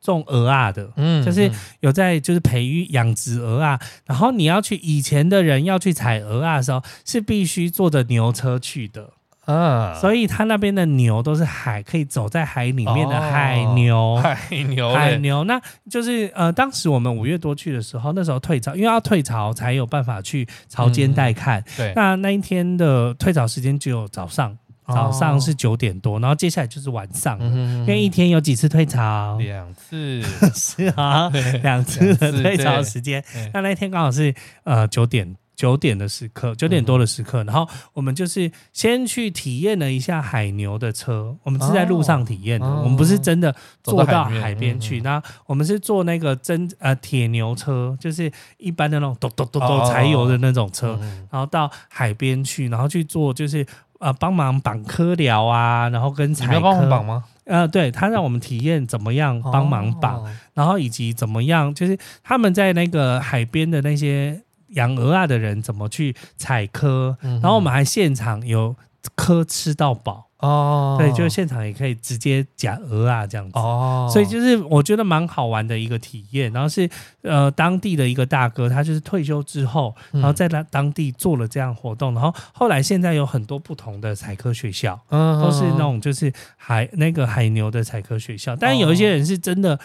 Speaker 3: 种鹅啊的，
Speaker 1: 嗯
Speaker 3: 就是
Speaker 1: 嗯
Speaker 3: 有在就是培育养殖鹅啊。然后你要去以前的人要去采鹅啊的时候，是必须坐着牛车去的。
Speaker 1: 啊，
Speaker 3: 所以它那边的牛都是海，可以走在海里面的
Speaker 1: 哦
Speaker 3: 海牛。
Speaker 1: 海牛嘞，
Speaker 3: 海牛，那就是呃，当时我们五月多去的时候，那时候退潮，因为要退潮才有办法去潮间带看。
Speaker 1: 对，
Speaker 3: 那那一天的退潮时间只有早上，早上是九点多，然后接下来就是晚上了，
Speaker 1: 嗯，嗯嗯
Speaker 3: 因为一天有几次退潮？
Speaker 1: 两 次，
Speaker 3: 是 啊，
Speaker 1: 对
Speaker 3: 两次的
Speaker 1: 两次
Speaker 3: 退潮
Speaker 1: 对
Speaker 3: 时间
Speaker 1: 对。
Speaker 3: 那那一天刚好是呃九点九点的时刻，九点多的时刻，然后我们就是先去体验了一下海牛的车，我们是在路上体验的，
Speaker 1: 哦
Speaker 3: 我们不是真的坐
Speaker 1: 走到
Speaker 3: 到
Speaker 1: 海边
Speaker 3: 海边去，
Speaker 1: 嗯
Speaker 3: 那我们是坐那个真呃铁牛车，就是一般的那种咚咚咚咚
Speaker 1: 哦
Speaker 3: 柴油的那种车，
Speaker 1: 嗯
Speaker 3: 然后到海边去，然后去做就是。呃，帮忙绑科疗啊，然后跟
Speaker 1: 你
Speaker 3: 采
Speaker 1: 们要
Speaker 3: 科，
Speaker 1: 帮我们绑吗？
Speaker 3: 呃，对他让我们体验怎么样帮忙绑，
Speaker 1: 哦，
Speaker 3: 然后以及怎么样，就是他们在那个海边的那些养鹅啊的人怎么去采科，
Speaker 1: 然
Speaker 3: 然后我们还现场有科吃到饱，
Speaker 1: 哦，
Speaker 3: 对，就是现场也可以直接夹鹅啊这样子。
Speaker 1: 哦，
Speaker 3: 所以就是我觉得蛮好玩的一个体验，然后是呃当地的一个大哥，他就是退休之后，
Speaker 1: 嗯
Speaker 3: 然后在他当地做了这样活动，然后后来现在有很多不同的采科学校，
Speaker 1: 嗯
Speaker 3: 都是那种就是海那个海牛的采科学校，但有一
Speaker 1: 哦
Speaker 3: 些人是真的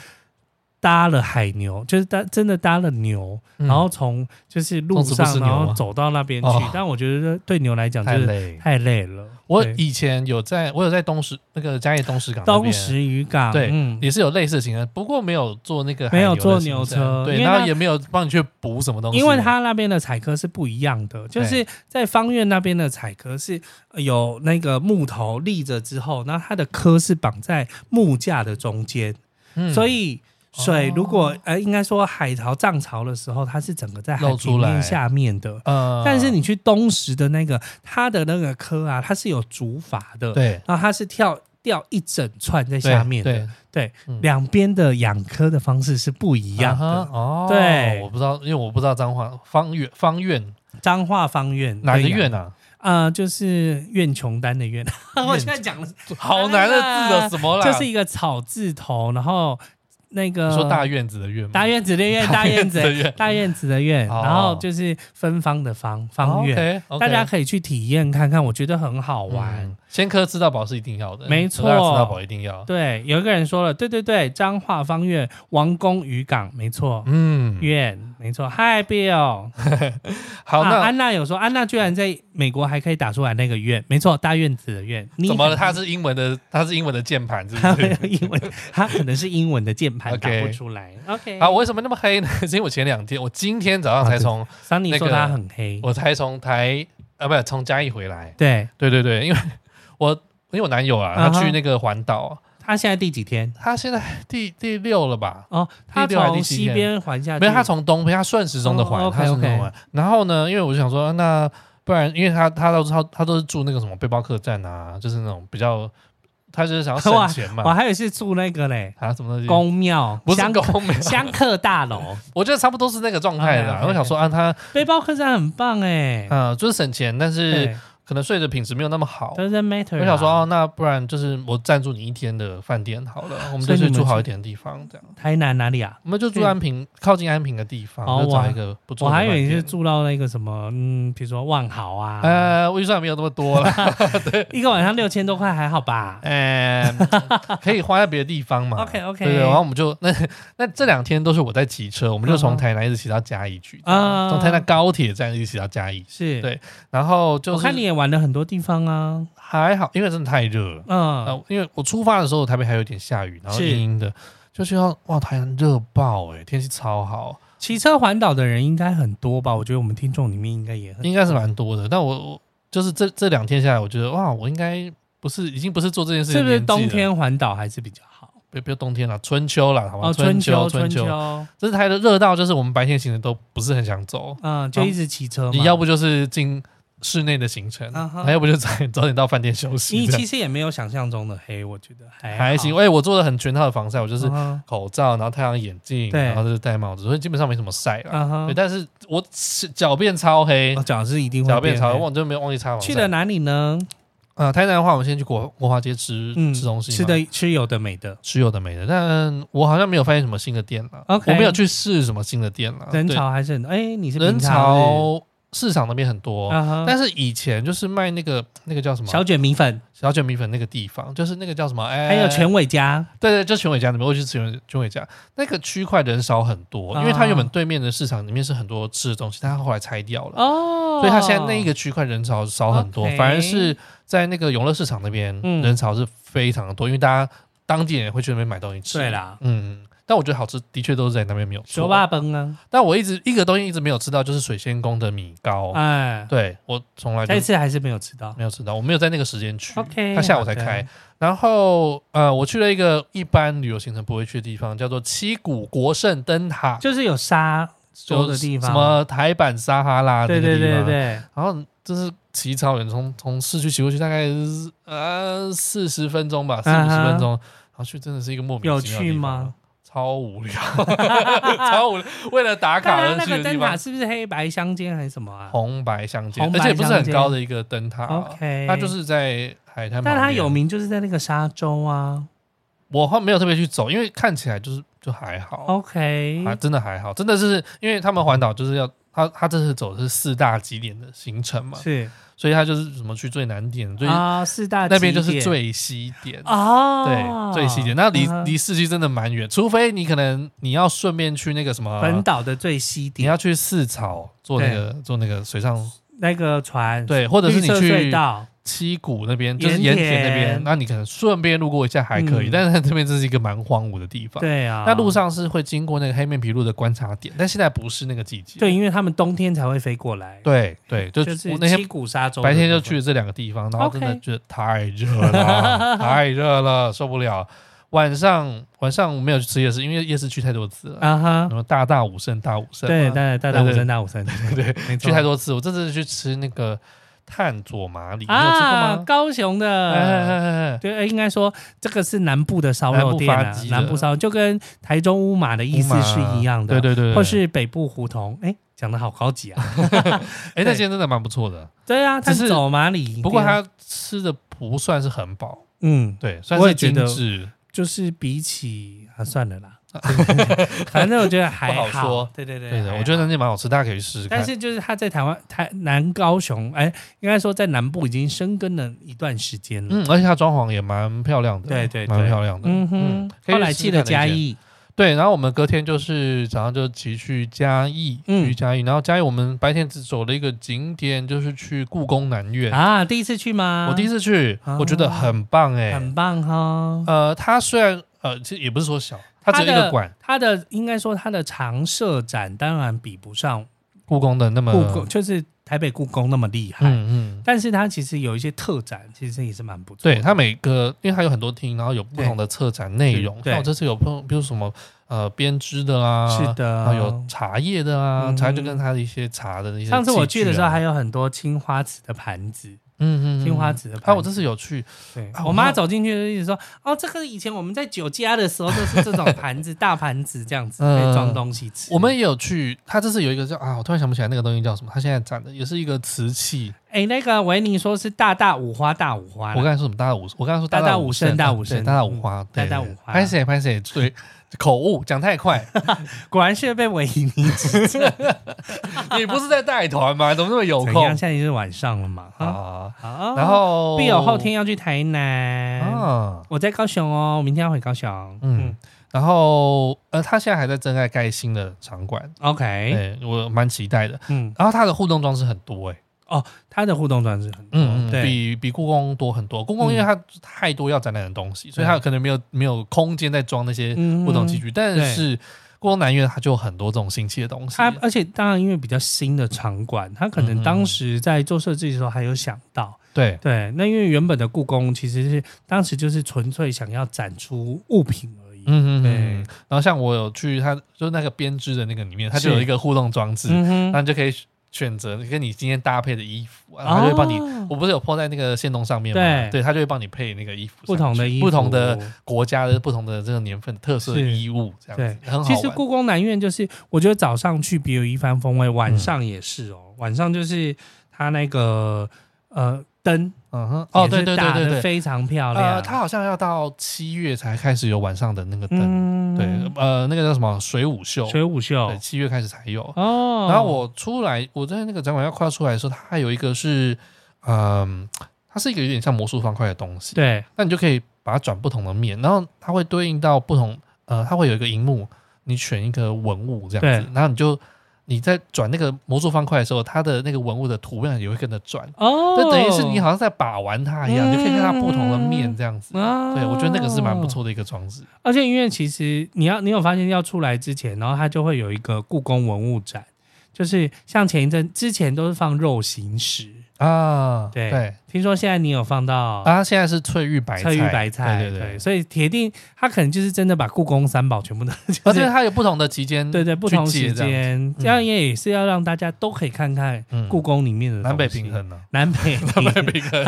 Speaker 3: 搭了海牛，就是搭真的搭了牛，
Speaker 1: 嗯
Speaker 3: 然后从就是路
Speaker 1: 从此不
Speaker 3: 上
Speaker 1: 吃牛
Speaker 3: 然
Speaker 1: 吗
Speaker 3: 后走到那边去，
Speaker 1: 哦
Speaker 3: 但我觉得对牛来讲就
Speaker 1: 太
Speaker 3: 是
Speaker 1: 累。
Speaker 3: 太累了。
Speaker 1: 我
Speaker 3: 对
Speaker 1: 以前有在，我有在东石那个嘉义东石港那边
Speaker 3: 东石渔港
Speaker 1: 对
Speaker 3: 嗯。
Speaker 1: 也是有类似的情况，不过没有坐那个海
Speaker 3: 没有
Speaker 1: 的
Speaker 3: 坐
Speaker 1: 行
Speaker 3: 牛
Speaker 1: 程
Speaker 3: 车
Speaker 1: 对，
Speaker 3: 因为
Speaker 1: 然后
Speaker 3: 那
Speaker 1: 也没有帮你去补什么东西，
Speaker 3: 因为它那边的采科是不一样的，就是在方院那边的采科是有那个木头立着之后，那它的科是绑在木架的中间，
Speaker 1: 嗯
Speaker 3: 所以水
Speaker 1: 哦
Speaker 3: 如果、呃，应该说海潮涨潮的时候，它是整个在海
Speaker 1: 露
Speaker 3: 平
Speaker 1: 出来
Speaker 3: 面下面的。
Speaker 1: 呃，
Speaker 3: 但是你去东石的那个，它的那个科啊，它是有竹筏的，，
Speaker 1: 对
Speaker 3: 然后它是跳掉一整串在
Speaker 1: 对
Speaker 3: 下面的，
Speaker 1: 对
Speaker 3: 对，
Speaker 1: 嗯
Speaker 3: 两边的养科的方式是不一样
Speaker 1: 啊哈
Speaker 3: 的。
Speaker 1: 哦，
Speaker 3: 对
Speaker 1: 我不知道，因为我不知道彰化方院方院
Speaker 3: 彰化方院
Speaker 1: 哪个
Speaker 3: 跟养
Speaker 1: 院啊，
Speaker 3: 呃，就是苑琼丹的 苑，我
Speaker 1: 苑
Speaker 3: 现在讲的是
Speaker 1: 好难的字哦
Speaker 3: 啦
Speaker 1: 的什么啦？
Speaker 3: 就是一个草字头，然后那个
Speaker 1: 你说大院子的院吗？
Speaker 3: 大院子的院，大
Speaker 1: 大院
Speaker 3: 院子
Speaker 1: 子的院
Speaker 3: 大院子的院，
Speaker 1: 哦
Speaker 3: 然后就是芬芳的芳芳院，
Speaker 1: o k
Speaker 3: 大家可以去体验看看，我觉得很好玩。
Speaker 1: 嗯先科吃到饱是一定要的，
Speaker 3: 没错
Speaker 1: 科大吃到饱一定要。
Speaker 3: 对，有一个人说了，对对对，彰化方院王宫渔港，没错。
Speaker 1: 嗯，
Speaker 3: 院没错，Hi Bill。
Speaker 1: 好，
Speaker 3: 啊
Speaker 1: 那
Speaker 3: 安娜有说，安娜居然在美国还可以打出来那个院，没错，大院子的院。你
Speaker 1: 怎么了？
Speaker 3: 很
Speaker 1: 它是英文的，它是英文的键盘，是
Speaker 3: 他
Speaker 1: 不
Speaker 3: 没
Speaker 1: 是？
Speaker 3: 有英文，他可能是英文的键盘打
Speaker 1: OK
Speaker 3: 不出来。OK，
Speaker 1: 啊好，我为什么那么黑呢？ 是因为我前两天，我今天早
Speaker 3: 啊
Speaker 1: 上才从、
Speaker 3: 桑尼
Speaker 1: 那
Speaker 3: 说
Speaker 1: 个
Speaker 3: 他很黑，
Speaker 1: 我才从台啊，不是从嘉义回来。
Speaker 3: 对
Speaker 1: 对对对，因为我因为我男友啊，
Speaker 3: 啊哈
Speaker 1: 他去那个环岛，
Speaker 3: 他现在第几天？
Speaker 1: 他现在第第六了吧？
Speaker 3: 哦，他
Speaker 1: 第六还是
Speaker 3: 从
Speaker 1: 第七
Speaker 3: 西
Speaker 1: 天
Speaker 3: 边环下去，
Speaker 1: 没有，他从东边，他顺时钟的环，
Speaker 3: 哦
Speaker 1: 他顺时钟
Speaker 3: OK，OK
Speaker 1: 环。然后呢，因为我就想说，那不然，因为他他都他他都是住那个什么背包客栈啊，就是那种比较，他就是想要 省钱
Speaker 3: 我
Speaker 1: 嘛。
Speaker 3: 哦还有是住那个嘞
Speaker 1: 啊，什么东西？
Speaker 3: 宫庙，
Speaker 1: 不是
Speaker 3: 香
Speaker 1: 公庙，
Speaker 3: 香客大楼，
Speaker 1: 我觉得差不多是那个状态啦。
Speaker 3: OK，OK，OK
Speaker 1: 我想 说，啊，他
Speaker 3: 背包客栈很棒哎，
Speaker 1: 呃，就是省钱，但是
Speaker 3: 对
Speaker 1: 可能睡的品质没有那么好。
Speaker 3: ，doesn't matter 啊。
Speaker 1: 我想说，哦，那不然就是我赞助你一天的饭店好 了，我们就
Speaker 3: 所以
Speaker 1: 去
Speaker 3: 你们
Speaker 1: 住好
Speaker 3: 去
Speaker 1: 一点的地方，这样。
Speaker 3: 台南哪里啊？
Speaker 1: 我们就住
Speaker 3: 去
Speaker 1: 安平，靠近安平的地方，
Speaker 3: 哦
Speaker 1: 就
Speaker 3: 我
Speaker 1: 找
Speaker 3: 还
Speaker 1: 一个不错
Speaker 3: 我
Speaker 1: 的饭
Speaker 3: 还以
Speaker 1: 店。
Speaker 3: 为你是住到那个什么，嗯，比如说万豪啊，
Speaker 1: 呃，我预算没有那么多了，
Speaker 3: 一个晚上六千多块还好吧？
Speaker 1: 呃，可以花在别的地方 嘛。
Speaker 3: OK，OK
Speaker 1: 啊对对，然后我们就那 那这两天都是我在骑车，我们就从
Speaker 3: 嗯哼
Speaker 1: 台南一直骑到嘉义去，
Speaker 3: 啊
Speaker 1: 从台南高铁站一直骑到嘉义，
Speaker 3: 是，
Speaker 1: 对然后就
Speaker 3: 我看你
Speaker 1: 是
Speaker 3: 也玩了很多地方啊，
Speaker 1: 还好，因为真的太热了。
Speaker 3: 嗯，
Speaker 1: 呃，因为我出发的时候台北还有点下雨，然后
Speaker 3: 是
Speaker 1: 阴阴的，就觉得哇，台南热爆哎、天气超好，
Speaker 3: 骑车环岛的人应该很多吧？我觉得我们听众里面应该也很
Speaker 1: 应该是蛮多的。但我我就是这这两天下来，我觉得哇，我应该不是已经不是做这件事情
Speaker 3: 是
Speaker 1: 的
Speaker 3: 不是
Speaker 1: 年纪了，
Speaker 3: 冬天环岛还是比较好？
Speaker 1: 不不要冬天了，春秋了，好吧？
Speaker 3: 哦，春秋，
Speaker 1: 秋
Speaker 3: 春
Speaker 1: 春秋，
Speaker 3: 秋，
Speaker 1: 这台的热到就是我们白天行程都不是很想走，
Speaker 3: 嗯，就一直骑车嘛。
Speaker 1: 你要不就是进室内的行程，
Speaker 3: 啊哈
Speaker 1: 还要不就早早点到饭店休息
Speaker 3: 你
Speaker 1: 这样。
Speaker 3: 其实也没有想象中的黑，我觉得还
Speaker 1: 还行，
Speaker 3: 好，
Speaker 1: 哎、我做的很全套的防晒，我就是
Speaker 3: 嗯
Speaker 1: 口罩，然后太阳眼镜，
Speaker 3: 对
Speaker 1: 然后就是戴帽子，所以基本上没什么晒了。
Speaker 3: 哼嗯
Speaker 1: 对，啊
Speaker 3: 哼，
Speaker 1: 但是我是脚变超黑
Speaker 3: 我，脚是一定
Speaker 1: 哦脚
Speaker 3: 会
Speaker 1: 变
Speaker 3: 变
Speaker 1: 超黑，
Speaker 3: 黑。
Speaker 1: 忘就没有忘记擦防晒。
Speaker 3: 去了哪里呢？
Speaker 1: 呃，台南的话，我们先去国国华街吃
Speaker 3: 嗯，
Speaker 1: 吃东西嘛，
Speaker 3: 吃的吃有的没的，
Speaker 1: 吃有的没的，但我好像没有发现什么新的店了。
Speaker 3: OK
Speaker 1: 我没有去试什么新的店了。
Speaker 3: 人
Speaker 1: 啊对
Speaker 3: 潮还是很哎，你是
Speaker 1: 人
Speaker 3: 平常日，
Speaker 1: 潮市场那边很多，
Speaker 3: 嗯哼
Speaker 1: 但是以前就是卖那个那个叫什么
Speaker 3: 小卷米粉，
Speaker 1: 啊小卷米粉那个地方，就是那个叫什么哎，
Speaker 3: 还有全伟家，
Speaker 1: 对对，就全伟家那边，我去吃全全伟家那个区块人少很多，
Speaker 3: 啊
Speaker 1: 因为它原本对面的市场里面是很多吃的东西，但它后来拆掉了。
Speaker 3: 哦，
Speaker 1: 所以它现在那一个区块人潮少很多
Speaker 3: OK
Speaker 1: 反而是在那个永乐市场那边、
Speaker 3: 嗯
Speaker 1: 人潮是非常的多，因为大家当地人会去那边买东西吃。
Speaker 3: 对，啦，
Speaker 1: 嗯，但我觉得好吃的确都是在那边没有错。
Speaker 3: 手把崩啊，
Speaker 1: 但我一直一个东西一直没有吃到，就是水仙宫的米糕。
Speaker 3: 哎，
Speaker 1: 哦对我从来就
Speaker 3: 这次还是没有吃到。
Speaker 1: 没有吃到，我没有在那个时间去。
Speaker 3: OK，
Speaker 1: 他下午才
Speaker 3: 好的
Speaker 1: 开。然后呃，我去了一个一般旅游行程不会去的地方，叫做七谷国圣灯塔，
Speaker 3: 就是有沙洲的地方，
Speaker 1: 什么啊台版撒哈拉那
Speaker 3: 对
Speaker 1: 个
Speaker 3: 对
Speaker 1: 地
Speaker 3: 对
Speaker 1: 方。
Speaker 3: 对，
Speaker 1: 然后就是骑超远，从从市区骑过去大概是呃四十分钟吧，四五
Speaker 3: 嗯
Speaker 1: 十
Speaker 3: 哼
Speaker 1: 分钟。然后去真的是一个莫名
Speaker 3: 有
Speaker 1: 其妙的
Speaker 3: 趣
Speaker 1: 地方
Speaker 3: 吗？
Speaker 1: 超无聊， 超无聊。为了打卡
Speaker 3: 但
Speaker 1: 而
Speaker 3: 它那
Speaker 1: 去
Speaker 3: 个
Speaker 1: 的地
Speaker 3: 灯
Speaker 1: 方
Speaker 3: 塔，是不是黑白相间还是什么啊
Speaker 1: 红白相间，
Speaker 3: 红
Speaker 1: 而
Speaker 3: 白
Speaker 1: 且不是很
Speaker 3: 相间
Speaker 1: 高的一个灯塔哦。
Speaker 3: ？OK，
Speaker 1: 它就，是在海滩，
Speaker 3: 但
Speaker 1: 它
Speaker 3: 它有，名就是在那个沙洲啊。
Speaker 1: 我后没有特别去走，因为看起来就是就还好，
Speaker 3: OK，
Speaker 1: 啊，真的还好，真的是因为他们环岛就是要他他这次走的是四大景点的行程嘛，
Speaker 3: 是
Speaker 1: 所以他就是什么去最南点，最
Speaker 3: 啊，四大
Speaker 1: 那边就
Speaker 3: 景
Speaker 1: 是
Speaker 3: 点
Speaker 1: 最西点。
Speaker 3: 哦，
Speaker 1: 对，最西点，那离
Speaker 3: 嗯哼
Speaker 1: 离市区真的蛮远，除非你可能你要顺便去那个什
Speaker 3: 本
Speaker 1: 么，
Speaker 3: 岛的最西
Speaker 1: 你
Speaker 3: 点
Speaker 1: 要去四草坐那个坐那个水上，
Speaker 3: 那个船，，
Speaker 1: 对，或者是你
Speaker 3: 隧
Speaker 1: 去
Speaker 3: 道，
Speaker 1: 七谷那边，就是盐
Speaker 3: 盐
Speaker 1: 田那边
Speaker 3: 田，
Speaker 1: 那你可能顺便路过一下还可以，
Speaker 3: 嗯
Speaker 1: 但是它这边这是一个蛮荒芜的地方。
Speaker 3: 对啊，
Speaker 1: 那路上是会经过那个黑面琵鹭的观察点，但现在不是那个季节。
Speaker 3: 对，因为他们冬天才会飞过来，，
Speaker 1: 对对，就
Speaker 3: 就是
Speaker 1: 我那天
Speaker 3: 七股沙洲的
Speaker 1: 白天就
Speaker 3: 部分
Speaker 1: 去了这两个地方，然后真的
Speaker 3: OK
Speaker 1: 觉得太热 了，太热了，受不了。晚上晚上我没有去吃夜市，因为夜市去太多次了，
Speaker 3: 啊哈
Speaker 1: 什，么大大武圣、大武圣，
Speaker 3: 对，大大大
Speaker 1: 啊对
Speaker 3: 武
Speaker 1: 对
Speaker 3: 生大武生，
Speaker 1: 对，
Speaker 3: 没错
Speaker 1: 去太多次。我这次去吃那个炭佐麻里，你有吃过
Speaker 3: 啊，
Speaker 1: 吗？
Speaker 3: 高雄
Speaker 1: 哎哎哎
Speaker 3: 的。
Speaker 1: 哎哎
Speaker 3: 对，呃应该说这个是南部的烧肉店
Speaker 1: 南部
Speaker 3: 啊
Speaker 1: 发，鸡的啊
Speaker 3: 南部烧就跟台中乌马的意思是一样的，
Speaker 1: 对对对对，
Speaker 3: 或是北部胡同，哎，讲的好高级 啊，
Speaker 1: 哎，那
Speaker 3: 对
Speaker 1: 间真的蛮不错的，
Speaker 3: 对啊，
Speaker 1: 只
Speaker 3: 它
Speaker 1: 是
Speaker 3: 走马里，啊
Speaker 1: 不过它吃的不算是很饱，
Speaker 3: 嗯，
Speaker 1: 对，算
Speaker 3: 我
Speaker 1: 是
Speaker 3: 也觉
Speaker 1: 精
Speaker 3: 得
Speaker 1: 致。
Speaker 3: 就是比起啊，算 了啦，反正我觉得还
Speaker 1: 不好说
Speaker 3: 对对对，
Speaker 1: 对
Speaker 3: 还
Speaker 1: 的，
Speaker 3: 好
Speaker 1: 我觉得那间蛮好吃，大家可以去试试看
Speaker 3: 但。是就是他在台湾、台南、高雄，哎，应该说在南部已经生根了一段时间了。
Speaker 1: 嗯，而且它装潢也蛮漂亮的，
Speaker 3: 对对对
Speaker 1: 蛮漂亮的。
Speaker 3: 嗯
Speaker 1: 嗯
Speaker 3: 哼，
Speaker 1: 可以
Speaker 3: 后来
Speaker 1: 试试
Speaker 3: 去了
Speaker 1: 看那
Speaker 3: 嘉
Speaker 1: 间
Speaker 3: 义，
Speaker 1: 对，然后我们隔天就是早上就骑去嘉义，
Speaker 3: 嗯
Speaker 1: 去嘉义，然后嘉义我们白天只走了一个景点，就是去故宫南院。
Speaker 3: 啊，第一次去吗？
Speaker 1: 我第一
Speaker 3: 次，
Speaker 1: 次去，我觉得很棒哎。
Speaker 3: 很棒哈。
Speaker 1: 呃，它虽然呃，其实也不是说小，它只有一
Speaker 3: 它
Speaker 1: 个
Speaker 3: 的
Speaker 1: 馆，
Speaker 3: 它的应该说它的常设展当然比不上
Speaker 1: 故宫的那么
Speaker 3: 故宫，就是台北故宫那么厉害，
Speaker 1: 嗯嗯，
Speaker 3: 但是它其实有一些特展，其实也是蛮不错的。
Speaker 1: 对，它每个因为它有很多厅，然后有不同的策展内容。
Speaker 3: 对对
Speaker 1: 像我这次有碰，比如什么呃编织的啊，
Speaker 3: 是的
Speaker 1: 然后有茶叶的啊，
Speaker 3: 嗯
Speaker 1: 茶叶就跟它的一些茶的一些。
Speaker 3: 上次我去的时候还
Speaker 1: 有，
Speaker 3: 有很多青花瓷的盘子，
Speaker 1: 嗯嗯，嗯
Speaker 3: 青花。瓷的
Speaker 1: 啊，
Speaker 3: 盘
Speaker 1: 我
Speaker 3: 子。
Speaker 1: 这次有去，
Speaker 3: 对
Speaker 1: 啊
Speaker 3: 我
Speaker 1: 我
Speaker 3: 妈
Speaker 1: 妈
Speaker 3: 走进去就一直说：“哦，这个以前我们在酒家的时候都是这种盘子，大盘子这样子可以装东西吃。”
Speaker 1: 嗯我们也有去，它这次有一个叫啊，我突然想不起来那个东西叫什么，它现在展的也是一个瓷器。
Speaker 3: 哎，那个维尼说是大大五花大五花啦，
Speaker 1: 我刚才说什么大大五，我刚才说
Speaker 3: 大大
Speaker 1: 五啊
Speaker 3: 五声大五
Speaker 1: 对
Speaker 3: 声
Speaker 1: 大大五花，对
Speaker 3: 大大
Speaker 1: 对
Speaker 3: 五花
Speaker 1: 拍谁拍谁，对， 口误讲太 快，
Speaker 3: 果然是被维尼
Speaker 1: 你不是在带团吗？怎么那么有
Speaker 3: 怎
Speaker 1: 空
Speaker 3: 样？现在是晚上了嘛，啊，
Speaker 1: 啊？
Speaker 3: 好
Speaker 1: 然后
Speaker 3: 必有后天要去台南，
Speaker 1: 啊，
Speaker 3: 我在高雄哦，我明天要回高雄。嗯
Speaker 1: 嗯，然后呃，他现在还在真爱盖新的场馆，
Speaker 3: o k
Speaker 1: 对我蛮期待的。
Speaker 3: 嗯，
Speaker 1: 然后它的互动装置很多哎、
Speaker 3: 它的互动装置很多，
Speaker 1: 嗯，嗯
Speaker 3: 哦对，
Speaker 1: 比比故宫多很多。故宫因
Speaker 3: 嗯
Speaker 1: 为它太多要展览的东西，所以它可能没有没有空间再装那些
Speaker 3: 嗯
Speaker 1: 互动器具，但
Speaker 3: 对
Speaker 1: 是故宫南院它就有很多这种新奇的东西。啊
Speaker 3: 它而且当然因为比较新的场馆，它可能
Speaker 1: 嗯
Speaker 3: 当时在做设计的时候还有想到，
Speaker 1: 对，
Speaker 3: 对，那因为原本的故宫其实是当时就是纯粹想要展出物品而已，
Speaker 1: 嗯嗯
Speaker 3: 对
Speaker 1: 嗯。然后像我有去它，就是那个编织的那个里面，它就是有一个互动装置，
Speaker 3: 嗯
Speaker 1: 那
Speaker 3: 哼，
Speaker 1: 你就可以选择跟你今天搭配的衣服啊，然后它就会帮你。
Speaker 3: 哦
Speaker 1: 我不是有 po 在那个线动上面
Speaker 3: 对
Speaker 1: 吗？对，它就会帮你配那个衣服上去，
Speaker 3: 不同的衣服
Speaker 1: 不同的国家的不同的这个年份特色的
Speaker 3: 是
Speaker 1: 衣物，这样
Speaker 3: 对
Speaker 1: 子，很好
Speaker 3: 其
Speaker 1: 玩。
Speaker 3: 实故宫南院就是，我觉得早上去别有一番风味，
Speaker 1: 嗯
Speaker 3: 晚上也是哦。晚上就是它那个呃灯
Speaker 1: 嗯哼，哦，
Speaker 3: 也
Speaker 1: 对
Speaker 3: 是
Speaker 1: 对
Speaker 3: 打
Speaker 1: 对
Speaker 3: 得
Speaker 1: 对对，
Speaker 3: 非常漂亮。
Speaker 1: 呃，它好像要到七月才开始有晚上的那个灯，
Speaker 3: 嗯
Speaker 1: 对，呃，那个叫什么水舞秀，
Speaker 3: 水舞秀
Speaker 1: 对，七月开始才有。
Speaker 3: 哦。
Speaker 1: 然后我出来，我在那个展馆要快要出来的时候，它还有一个是，嗯，它是一个有点像魔术方块的东西，
Speaker 3: 对
Speaker 1: 那你就可以把它转不同的面，然后它会对应到不同，呃，它会有一个荧幕，你选一个文物这样子，然后你就你在转那个魔术方块的时候，它的那个文物的图样也会跟着转，
Speaker 3: 哦，
Speaker 1: 就等于是你好像在把玩它一样，你就可以看到不同的面这样子。
Speaker 3: 啊
Speaker 1: 对，我觉得那个是蛮不。错的一个装置。
Speaker 3: 而且因为其实你要你有发现要出来之前，然后它就会有一个故宫文物展，就是像前一阵之前都是放肉形石，
Speaker 1: 啊，
Speaker 3: 对
Speaker 1: 对，
Speaker 3: 听说现在你有放到
Speaker 1: 啊，现在是翠玉白菜，
Speaker 3: 翠玉白菜，
Speaker 1: 对对
Speaker 3: 对，
Speaker 1: 对，
Speaker 3: 所以铁定他可能就是真的把故宫三宝全部都就
Speaker 1: 而且
Speaker 3: 是
Speaker 1: 它有不同的期间，
Speaker 3: 对对不同
Speaker 1: 哦啊去
Speaker 3: 时
Speaker 1: 借这样子
Speaker 3: 间，这样也是要让大家都可以看看
Speaker 1: 嗯
Speaker 3: 故宫里面的
Speaker 1: 南北
Speaker 3: 东西
Speaker 1: 平，衡啊呢，
Speaker 3: 南北平
Speaker 1: 南
Speaker 3: 衡。
Speaker 1: 北平衡，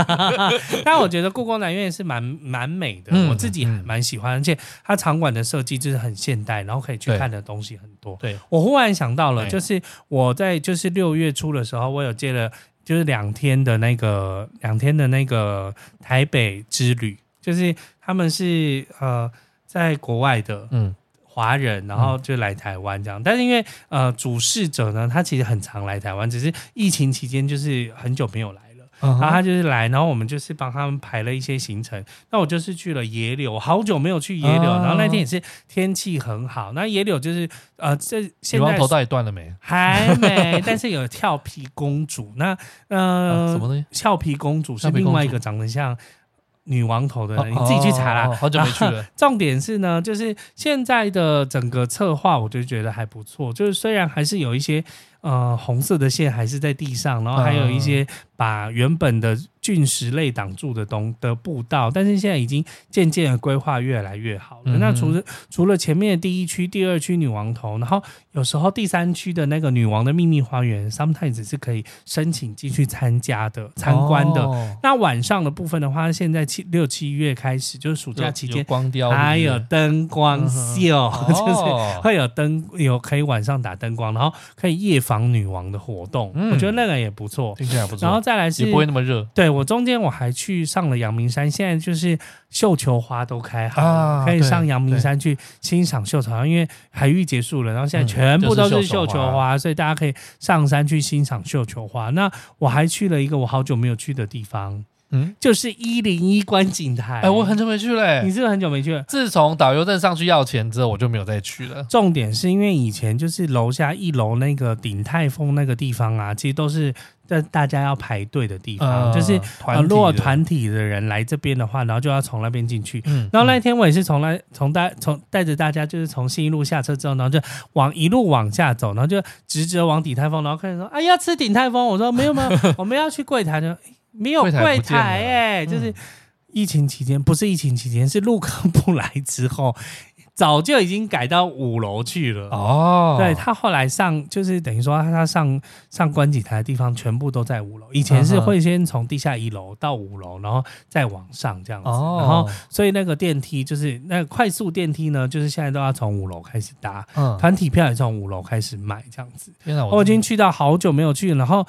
Speaker 3: 但我觉得故宫南院是蛮蛮美的，
Speaker 1: 嗯
Speaker 3: 我自己还蛮喜欢，而且它场馆的设计就是很现代，然后可以去
Speaker 1: 对
Speaker 3: 看的东西很多。
Speaker 1: 对，
Speaker 3: 我忽然想到了，
Speaker 1: 哎
Speaker 3: 就是我在就是六月初的时候，我有接了就是两天的那个两天的那个台北之旅，就是他们是呃在国外的
Speaker 1: 嗯
Speaker 3: 华人，然后就来台湾这样。但是因为呃主事者呢，他其实很常来台湾，只是疫情期间就是很久没有来了。
Speaker 1: 嗯
Speaker 3: 然后
Speaker 1: 哼，
Speaker 3: 他就是来，然后我们就是帮他们排了一些行程。那我就是去了野柳，我好久没有去野柳，
Speaker 1: 哦
Speaker 3: 然后那天也是天气很好。那野柳就是呃，这
Speaker 1: 女
Speaker 3: 现
Speaker 1: 王
Speaker 3: 在
Speaker 1: 头到底断了没？
Speaker 3: 还 没，但是有俏皮公主。那
Speaker 1: 啊
Speaker 3: 呃，
Speaker 1: 什么东西？
Speaker 3: 俏皮公主是
Speaker 1: 俏皮公主
Speaker 3: 另外一个长得像女王头的人，
Speaker 1: 哦
Speaker 3: 你自己去查啦。
Speaker 1: 哦好久没去了。
Speaker 3: 重点是呢，就是现在的整个策划，我就觉得还不错。就是虽然还是有一些呃红色的线还是在地上，然后
Speaker 1: 嗯
Speaker 3: 还有一些把原本的菌石类挡住的东的步道，但是现在已经渐渐的规划越来越好了。
Speaker 1: 嗯
Speaker 3: 那除了除了前面的第一区、第二区女王头，然后有时候第三区的那个女王的秘密花园，sometimes 是可以申请进去参加的、 参观的。
Speaker 1: 哦
Speaker 3: 那晚上的部分的话，现在七六七月开始，就是暑假期
Speaker 1: 有有
Speaker 3: 间，哎
Speaker 1: 光雕，
Speaker 3: 还有
Speaker 1: 对不
Speaker 3: 灯光秀，
Speaker 1: 对
Speaker 3: 就是
Speaker 1: 哦
Speaker 3: 会有灯，有可以晚上打灯光，然后可以夜访女王的活动，
Speaker 1: 嗯
Speaker 3: 我觉得那个也不错。
Speaker 1: 听起来不错，
Speaker 3: 然后再来
Speaker 1: 也
Speaker 3: 是
Speaker 1: 不，会那么热
Speaker 3: 对我中间我还去上了阳明山，现在就是绣球花都开好了，
Speaker 1: 啊
Speaker 3: 可以
Speaker 1: 对
Speaker 3: 上阳明山去欣赏绣球花，因为海域结束了，然后现在全部都
Speaker 1: 嗯就是是绣
Speaker 3: 绣
Speaker 1: 球
Speaker 3: 球
Speaker 1: 花
Speaker 3: 花，所以大家可以上山去欣赏绣球花。那我还去了一个我好久没有去的地方，
Speaker 1: 嗯，
Speaker 3: 就是一零一观景台。
Speaker 1: 哎，我很久没去
Speaker 3: 你
Speaker 1: 嘞。
Speaker 3: 是不是很久没去了？
Speaker 1: 自从导游证上去要钱之后，我就没有再去了。
Speaker 3: 重点是因为以前就是楼下一楼那个鼎泰丰那个地方啊，其实都是在大家要排队的地方，
Speaker 1: 嗯
Speaker 3: 就是
Speaker 1: 团
Speaker 3: 呃，如果
Speaker 1: 体的
Speaker 3: 团体的人来这边的话，然后就要从那边进去。
Speaker 1: 嗯，
Speaker 3: 然后那一天我也是从来从大从带着大家就是从新一路下车之后，然后就往一路往下走，然后就直直地往鼎泰丰，然后开始说：“哎、要吃鼎泰丰。”我说：“没有 没有，我们要去柜台呢，没有
Speaker 1: 柜台
Speaker 3: 柜
Speaker 1: 不见了
Speaker 3: 台哎、
Speaker 1: 嗯
Speaker 3: 就是疫情期间，不是疫情期间，是陆客不来之后，早就已经改到五楼去了。”
Speaker 1: 哦，
Speaker 3: 对他后来上就是等于说他他上上观景台的地方全部都在五楼，以前是
Speaker 1: 嗯哼
Speaker 3: 会先从地下一楼到五楼，然后再往上这样子，
Speaker 1: 哦，
Speaker 3: 然后所以那个电梯就是那个快速电梯呢，就是现在都要从五楼开始搭，
Speaker 1: 嗯，
Speaker 3: 团体票也从五楼开始买这样子。
Speaker 1: 天哪，
Speaker 3: 我已经去到好久没有去了，然后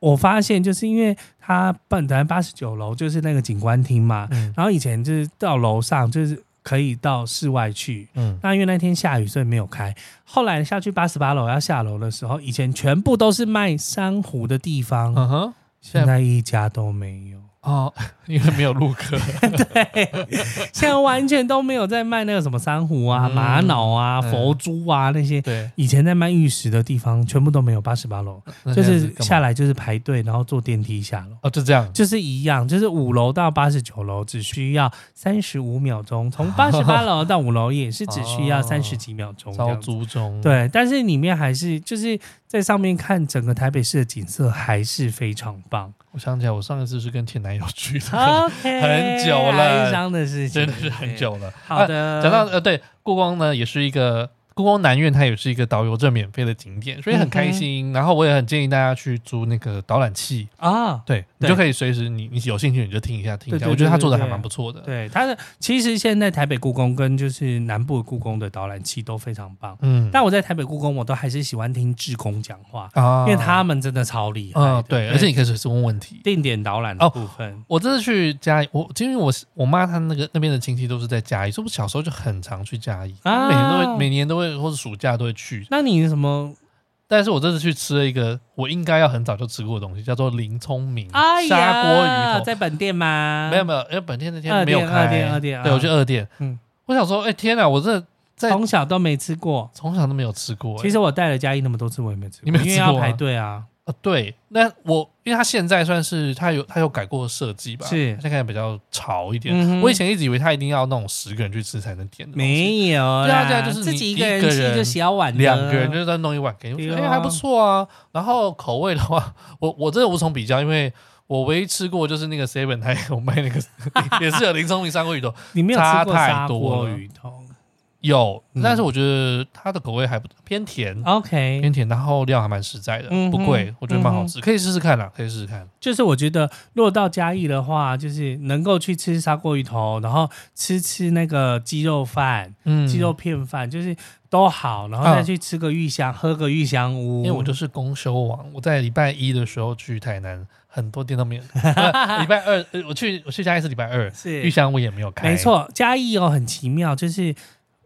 Speaker 3: 我发现就是因为它本来八十九楼就是那个景观厅嘛，
Speaker 1: 嗯
Speaker 3: 然后以前就是到楼上就是可以到室外去，
Speaker 1: 嗯
Speaker 3: 那因为那天下雨，所以没有开。后来下去八十八楼要下楼的时候，以前全部都是卖珊瑚的地方，
Speaker 1: 嗯哼，
Speaker 3: 哦现
Speaker 1: 现
Speaker 3: 在一家都没有。
Speaker 1: 哦，因为没有录 客，
Speaker 3: 对，现在完全都没有在卖那个什么珊瑚啊、
Speaker 1: 嗯
Speaker 3: 玛瑙啊、
Speaker 1: 嗯
Speaker 3: 佛珠啊那些。
Speaker 1: 对，
Speaker 3: 以前在卖玉石的地方，全部都没有。八十八楼
Speaker 1: 那
Speaker 3: 就
Speaker 1: 现在
Speaker 3: 是
Speaker 1: 干嘛
Speaker 3: 下来就是排队，然后坐电梯下楼。
Speaker 1: 哦，就这样，
Speaker 3: 就是一样，就是五楼到八十九楼只需要三十五秒钟，从八 十八楼到五楼也是只需要
Speaker 1: 哦
Speaker 3: 三十几秒钟这
Speaker 1: 招
Speaker 3: 样子。
Speaker 1: 租中，，
Speaker 3: 对，但是里面还是就是在上面看整个台北市的景色还是非常棒。
Speaker 1: 我想起来，我上一次是跟前男友去的，
Speaker 3: OK，
Speaker 1: 很久了
Speaker 3: 哀伤的事 情哎
Speaker 1: 真的是很。久了。
Speaker 3: 好
Speaker 1: 啊，
Speaker 3: 的，
Speaker 1: 讲到呃，对，故宫呢也是一个故宫南院，它也是一个导游证免费的景点，所以很
Speaker 3: 嗯
Speaker 1: 开心。然后我也很建议大家去租那个导览器，
Speaker 3: 啊，
Speaker 1: 对你
Speaker 3: 对
Speaker 1: 就可以随时你你有兴趣你就听一下听一
Speaker 3: 对
Speaker 1: 下，
Speaker 3: 对
Speaker 1: 我觉得他
Speaker 3: 对对
Speaker 1: 做的还
Speaker 3: 对
Speaker 1: 蛮不错的。
Speaker 3: 对它的其实现在台北故宫跟就是南部的故宫的导览器都非常棒。
Speaker 1: 嗯，
Speaker 3: 但我在台北故宫，我都还是喜欢听志工讲话，
Speaker 1: 啊
Speaker 3: 因为他们真的超厉害的。
Speaker 1: 嗯对，而且你哦可以随时问问题。
Speaker 3: 定点导览的部分，
Speaker 1: 我这次去嘉义，我因为我是我妈她那个那边的亲戚都是在嘉义，所以我小时候就很常去嘉义，
Speaker 3: 啊
Speaker 1: 每年都会每年都会或者暑假都会去。
Speaker 3: 那你什么？
Speaker 1: 但是我这次去吃了一个我应该要很早就吃过的东西，叫做林聪明
Speaker 3: 哎
Speaker 1: 嗯
Speaker 3: 呀
Speaker 1: 砂锅鱼头。
Speaker 3: 在本店吗？
Speaker 1: 没有没有，因为本店那
Speaker 3: 二
Speaker 1: 天没有
Speaker 3: 店
Speaker 1: 开，
Speaker 3: 二店二店
Speaker 1: 对
Speaker 3: 啊
Speaker 1: 我去二店，
Speaker 3: 嗯
Speaker 1: 嗯，我想说，哎、天哪，我真的在
Speaker 3: 从小都没吃过。
Speaker 1: 从小都没有吃过、哎
Speaker 3: 其实我带了嘉义那么多次，我也没吃过，
Speaker 1: 你没有
Speaker 3: 因为
Speaker 1: 吃过
Speaker 3: 要
Speaker 1: 啊
Speaker 3: 排队啊。
Speaker 1: 呃对，那我因为它现在算是它有它有改过设计吧，
Speaker 3: 是
Speaker 1: 它现在比较潮一点。
Speaker 3: 嗯哼
Speaker 1: 我以前一直以为它一定要那种十个人去吃才能点的东西，
Speaker 3: 没有啦，
Speaker 1: 对啊对啊就是你
Speaker 3: 自己一
Speaker 1: 一
Speaker 3: 个
Speaker 1: 个
Speaker 3: 人去
Speaker 1: 人
Speaker 3: 就小碗的
Speaker 1: 两个人就在弄一碗给你，我觉得
Speaker 3: 啊对
Speaker 1: 哎、
Speaker 3: 啊
Speaker 1: 还不错啊。然后口味的话， 我我真的无从比较，因为。我唯一吃过就是那个 seven，它有卖 那个也是有林聪明砂锅鱼头，
Speaker 3: 你没有吃
Speaker 1: 差
Speaker 3: 过
Speaker 1: 太
Speaker 3: 砂锅
Speaker 1: 多了
Speaker 3: 鱼头
Speaker 1: 有，
Speaker 3: 嗯
Speaker 1: 但是我觉得它的口味还不偏甜，
Speaker 3: ？OK，
Speaker 1: 偏甜，然后料还蛮实在的，
Speaker 3: 嗯哼嗯
Speaker 1: 不贵，我觉得蛮好吃，可以试试看啦，可以试试看。
Speaker 3: 就是我觉得落到嘉义的话，就是能够去吃砂锅鱼头，然后吃吃那个鸡肉饭、
Speaker 1: 嗯
Speaker 3: 鸡肉，片饭，就是都好，然后
Speaker 1: 啊
Speaker 3: 再去吃个玉香，喝个玉香屋。
Speaker 1: 哎因为我就是公休王，我在礼拜一的时候去台南，很多店都没有。 呃礼拜二呃我去我去嘉义是礼拜二，
Speaker 3: 是
Speaker 1: 玉香屋也没有开，
Speaker 3: 没，错，嘉义哦很奇妙，就是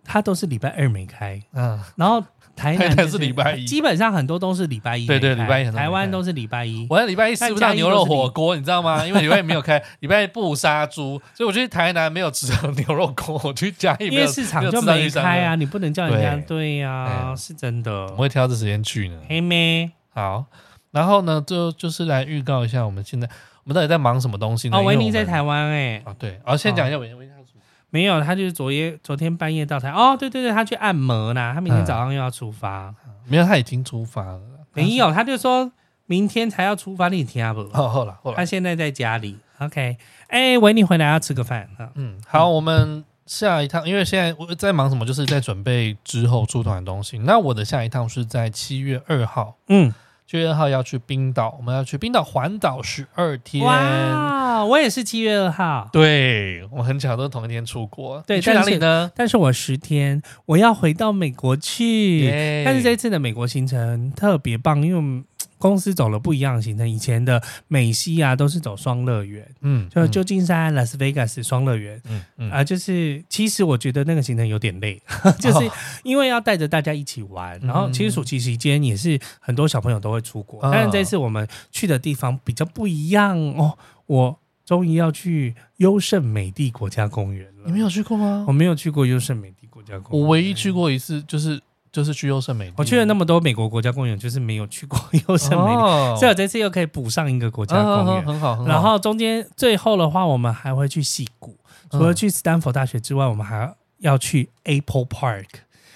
Speaker 3: 它都是礼拜二没开，
Speaker 1: 嗯，
Speaker 3: 然后台南、
Speaker 1: 台
Speaker 3: 就
Speaker 1: 南是礼拜一
Speaker 3: 基本上很多都是礼拜一没开。
Speaker 1: 对对礼拜一很多
Speaker 3: 台湾
Speaker 1: 没开
Speaker 3: 都是礼拜一。
Speaker 1: 我在礼拜一吃不到牛肉火锅，你知道吗？因为礼拜一没有开，礼拜一不杀猪，所以我去台南没有吃到牛肉锅，我去嘉义没
Speaker 3: 因
Speaker 1: 有
Speaker 3: 为市场
Speaker 1: 没有
Speaker 3: 就
Speaker 1: 吃到
Speaker 3: 没
Speaker 1: 玉香屋
Speaker 3: 开啊，你不能叫人家
Speaker 1: 对
Speaker 3: 对呀、
Speaker 1: 哎
Speaker 3: 是真
Speaker 1: 怎
Speaker 3: 的
Speaker 1: 么。会挑这时间去呢？
Speaker 3: 黑妹
Speaker 1: 好，然后呢，就就是来预告一下我们现在我们到底在忙什么东西呢？
Speaker 3: 哦，维
Speaker 1: 因为
Speaker 3: 尼
Speaker 1: 我们
Speaker 3: 在台湾哎、
Speaker 1: 啊，对，啊，先讲一下维尼，维尼他是
Speaker 3: 没有，他就是昨夜昨天半夜到台哦，对对对，他去按摩啦，他明天早上又要出发，
Speaker 1: 没有，他已经出发了啦。
Speaker 3: 没有，他就说明天才要出发，你听不？
Speaker 1: 哦，后来后
Speaker 3: 他
Speaker 1: 来，
Speaker 3: 现在在家里，OK，哎、维尼回来要吃个饭啊，
Speaker 1: 嗯，好，我们下一趟，因为现在我在忙什么，就是在准备之后出团的东西。那我的下一趟是在七月二号，
Speaker 3: 嗯，
Speaker 1: 七月二号要去冰岛，我们要去冰岛环岛十二天。
Speaker 3: 哇，我也是七月二号，
Speaker 1: 对，我们很巧都是同一天出国。
Speaker 3: 对
Speaker 1: 你去哪
Speaker 3: 但是
Speaker 1: 里呢？
Speaker 3: 但是我十天我要回到美国去
Speaker 1: 耶
Speaker 3: 但是这次的美国行程特别棒，因为我们公司走了不一样的行程，以前的美西啊都是走双乐园，
Speaker 1: 嗯，
Speaker 3: 就
Speaker 1: 嗯
Speaker 3: 旧金山、拉斯维加斯双乐园。
Speaker 1: 嗯嗯啊
Speaker 3: 啊、就是其实我觉得那个行程有点累，
Speaker 1: 哦
Speaker 3: 就是因为要带着大家一起玩，然
Speaker 1: 嗯
Speaker 3: 后其实暑期期间也是很多小朋友都会出国，
Speaker 1: 嗯
Speaker 3: 但是这次我们去的地方比较不一样哦，我终于要去优胜美地国家公园了。
Speaker 1: 你没有去过吗
Speaker 3: 我？没有去过优胜美地国家公园，
Speaker 1: 我唯一去过一次，就是就是去优胜美地。
Speaker 3: 我去了那么多美国国家公园，就是没有去过优胜美地，
Speaker 1: 哦
Speaker 3: 所以我这次又可以补上一个国家公
Speaker 1: 嗯嗯嗯
Speaker 3: 园。
Speaker 1: 很好，很好
Speaker 3: 然后中间最后的话，我们还会去戏谷，
Speaker 1: 嗯
Speaker 3: 除了去斯坦福大学之外，我们还要去 Apple Park，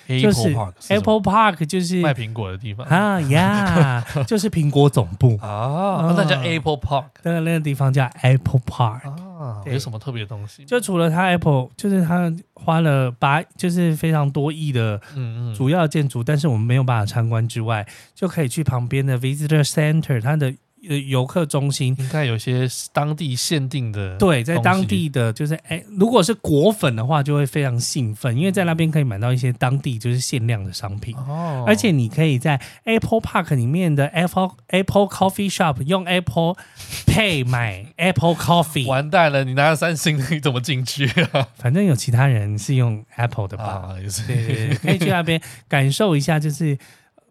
Speaker 1: Apple
Speaker 3: 就是
Speaker 1: Park 是什么
Speaker 3: Apple Park 就是
Speaker 1: 卖苹果的地方啊
Speaker 3: 啊呀， 就是苹果总部，
Speaker 1: 啊，
Speaker 3: 哦
Speaker 1: 那叫 Apple Park
Speaker 3: 那个那个地方叫 Apple Park。
Speaker 1: 啊，
Speaker 3: 对
Speaker 1: 有什么特别的东西？
Speaker 3: 就除了它 Apple，就是它花了八，就是非常多亿的
Speaker 1: 嗯嗯，
Speaker 3: 主要建筑，但是我们没有办法参观之外，就可以去旁边的 Visitor Center，它的呃游客中心。
Speaker 1: 应该有一些当地限定的东西，
Speaker 3: 对，在当地的就是哎、如果是果粉的话，就会非常兴奋，因为在那边可以买到一些当地就是限量的商品，
Speaker 1: 哦，
Speaker 3: 而且你可以在 Apple Park 里面的 Apple Apple Coffee Shop 用 Apple Pay 买 Apple Coffee，
Speaker 1: 完蛋了，你拿了三星，你怎么进去啊？
Speaker 3: 反正有其他人是用 Apple 的吧？
Speaker 1: 啊，也是，
Speaker 3: 对对，对， 可以去那边感受一下，就是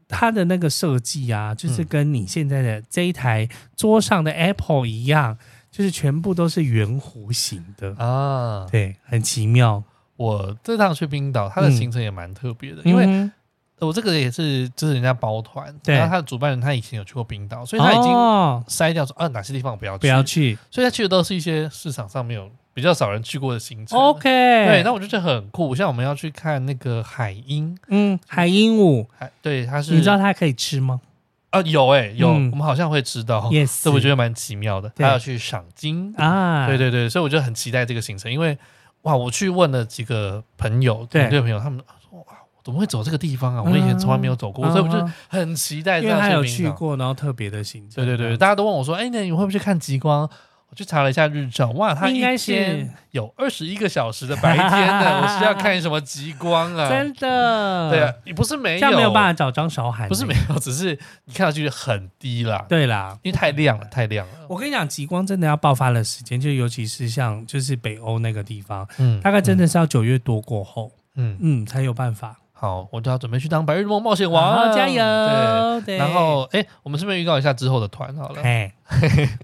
Speaker 3: 它的那个设计
Speaker 1: 嗯
Speaker 3: 啊，就是跟你现在的这一台桌上的 Apple 一样，就是全部都是圆弧形的，
Speaker 1: 啊，
Speaker 3: 对，很奇妙。
Speaker 1: 我这趟去冰岛，它的
Speaker 3: 嗯
Speaker 1: 行程也蛮特别的，因为呃
Speaker 3: 嗯
Speaker 1: 我这个也是就是人家包团，
Speaker 3: 对
Speaker 1: 然后他的主办人他以前有去过冰岛，所以他已经
Speaker 3: 哦
Speaker 1: 筛掉说啊哪些地方我不要去，
Speaker 3: 不要去
Speaker 1: 所以他去的都是一些市场上没有比较少人去过的行程。
Speaker 3: ，OK，
Speaker 1: 对，那我就觉得很酷，像我们要去看那个海鹰，
Speaker 3: 嗯，海鹦鹉，
Speaker 1: 海对，它是
Speaker 3: 你知道它可以吃吗
Speaker 1: 啊有哎、有，
Speaker 3: 嗯
Speaker 1: 我们好像会知道，
Speaker 3: ？Yes，
Speaker 1: 哦这我觉得蛮奇妙的。
Speaker 3: 对
Speaker 1: 还要去赏金，
Speaker 3: 啊，
Speaker 1: 对对对，所以我就很期待这个行程，因为哇，我去问了几个朋友，
Speaker 3: 对
Speaker 1: 团队朋友，他们说哇，怎么会走这个地方啊？我以前从来没有走过，
Speaker 3: 嗯
Speaker 1: 所以我就很期待
Speaker 3: 因
Speaker 1: 这
Speaker 3: 为
Speaker 1: 样
Speaker 3: 它有
Speaker 1: 去
Speaker 3: 去
Speaker 1: 冰岛。
Speaker 3: 过，然后特别的行程，
Speaker 1: 对对对，大家都问我说，哎，那你会不会去看极光？我去查了一下日照，哇，它一
Speaker 3: 应该
Speaker 1: 天
Speaker 3: 是
Speaker 1: 有二十一个小时的白天 呢，我是要看什么极光啊？
Speaker 3: 真的，
Speaker 1: 对啊，，也不是没
Speaker 3: 这
Speaker 1: 有，
Speaker 3: 样没有办法找张韶涵，欸
Speaker 1: 不是没，有，只是你看到几率很低啦，
Speaker 3: 对啦，
Speaker 1: 因为太亮了，太亮了。
Speaker 3: 我跟你讲，极光真的要爆发的时间，就尤其是像就是北欧那个地方，
Speaker 1: 嗯
Speaker 3: 大概真的是要九月多过后，
Speaker 1: 嗯，嗯
Speaker 3: 嗯，才有办法。
Speaker 1: 好，我就要准备去当白日梦冒险
Speaker 3: 好
Speaker 1: 王，
Speaker 3: 加！油！对，
Speaker 1: 然后，哎，我们顺便预告一下之后的团好了。
Speaker 3: 哎，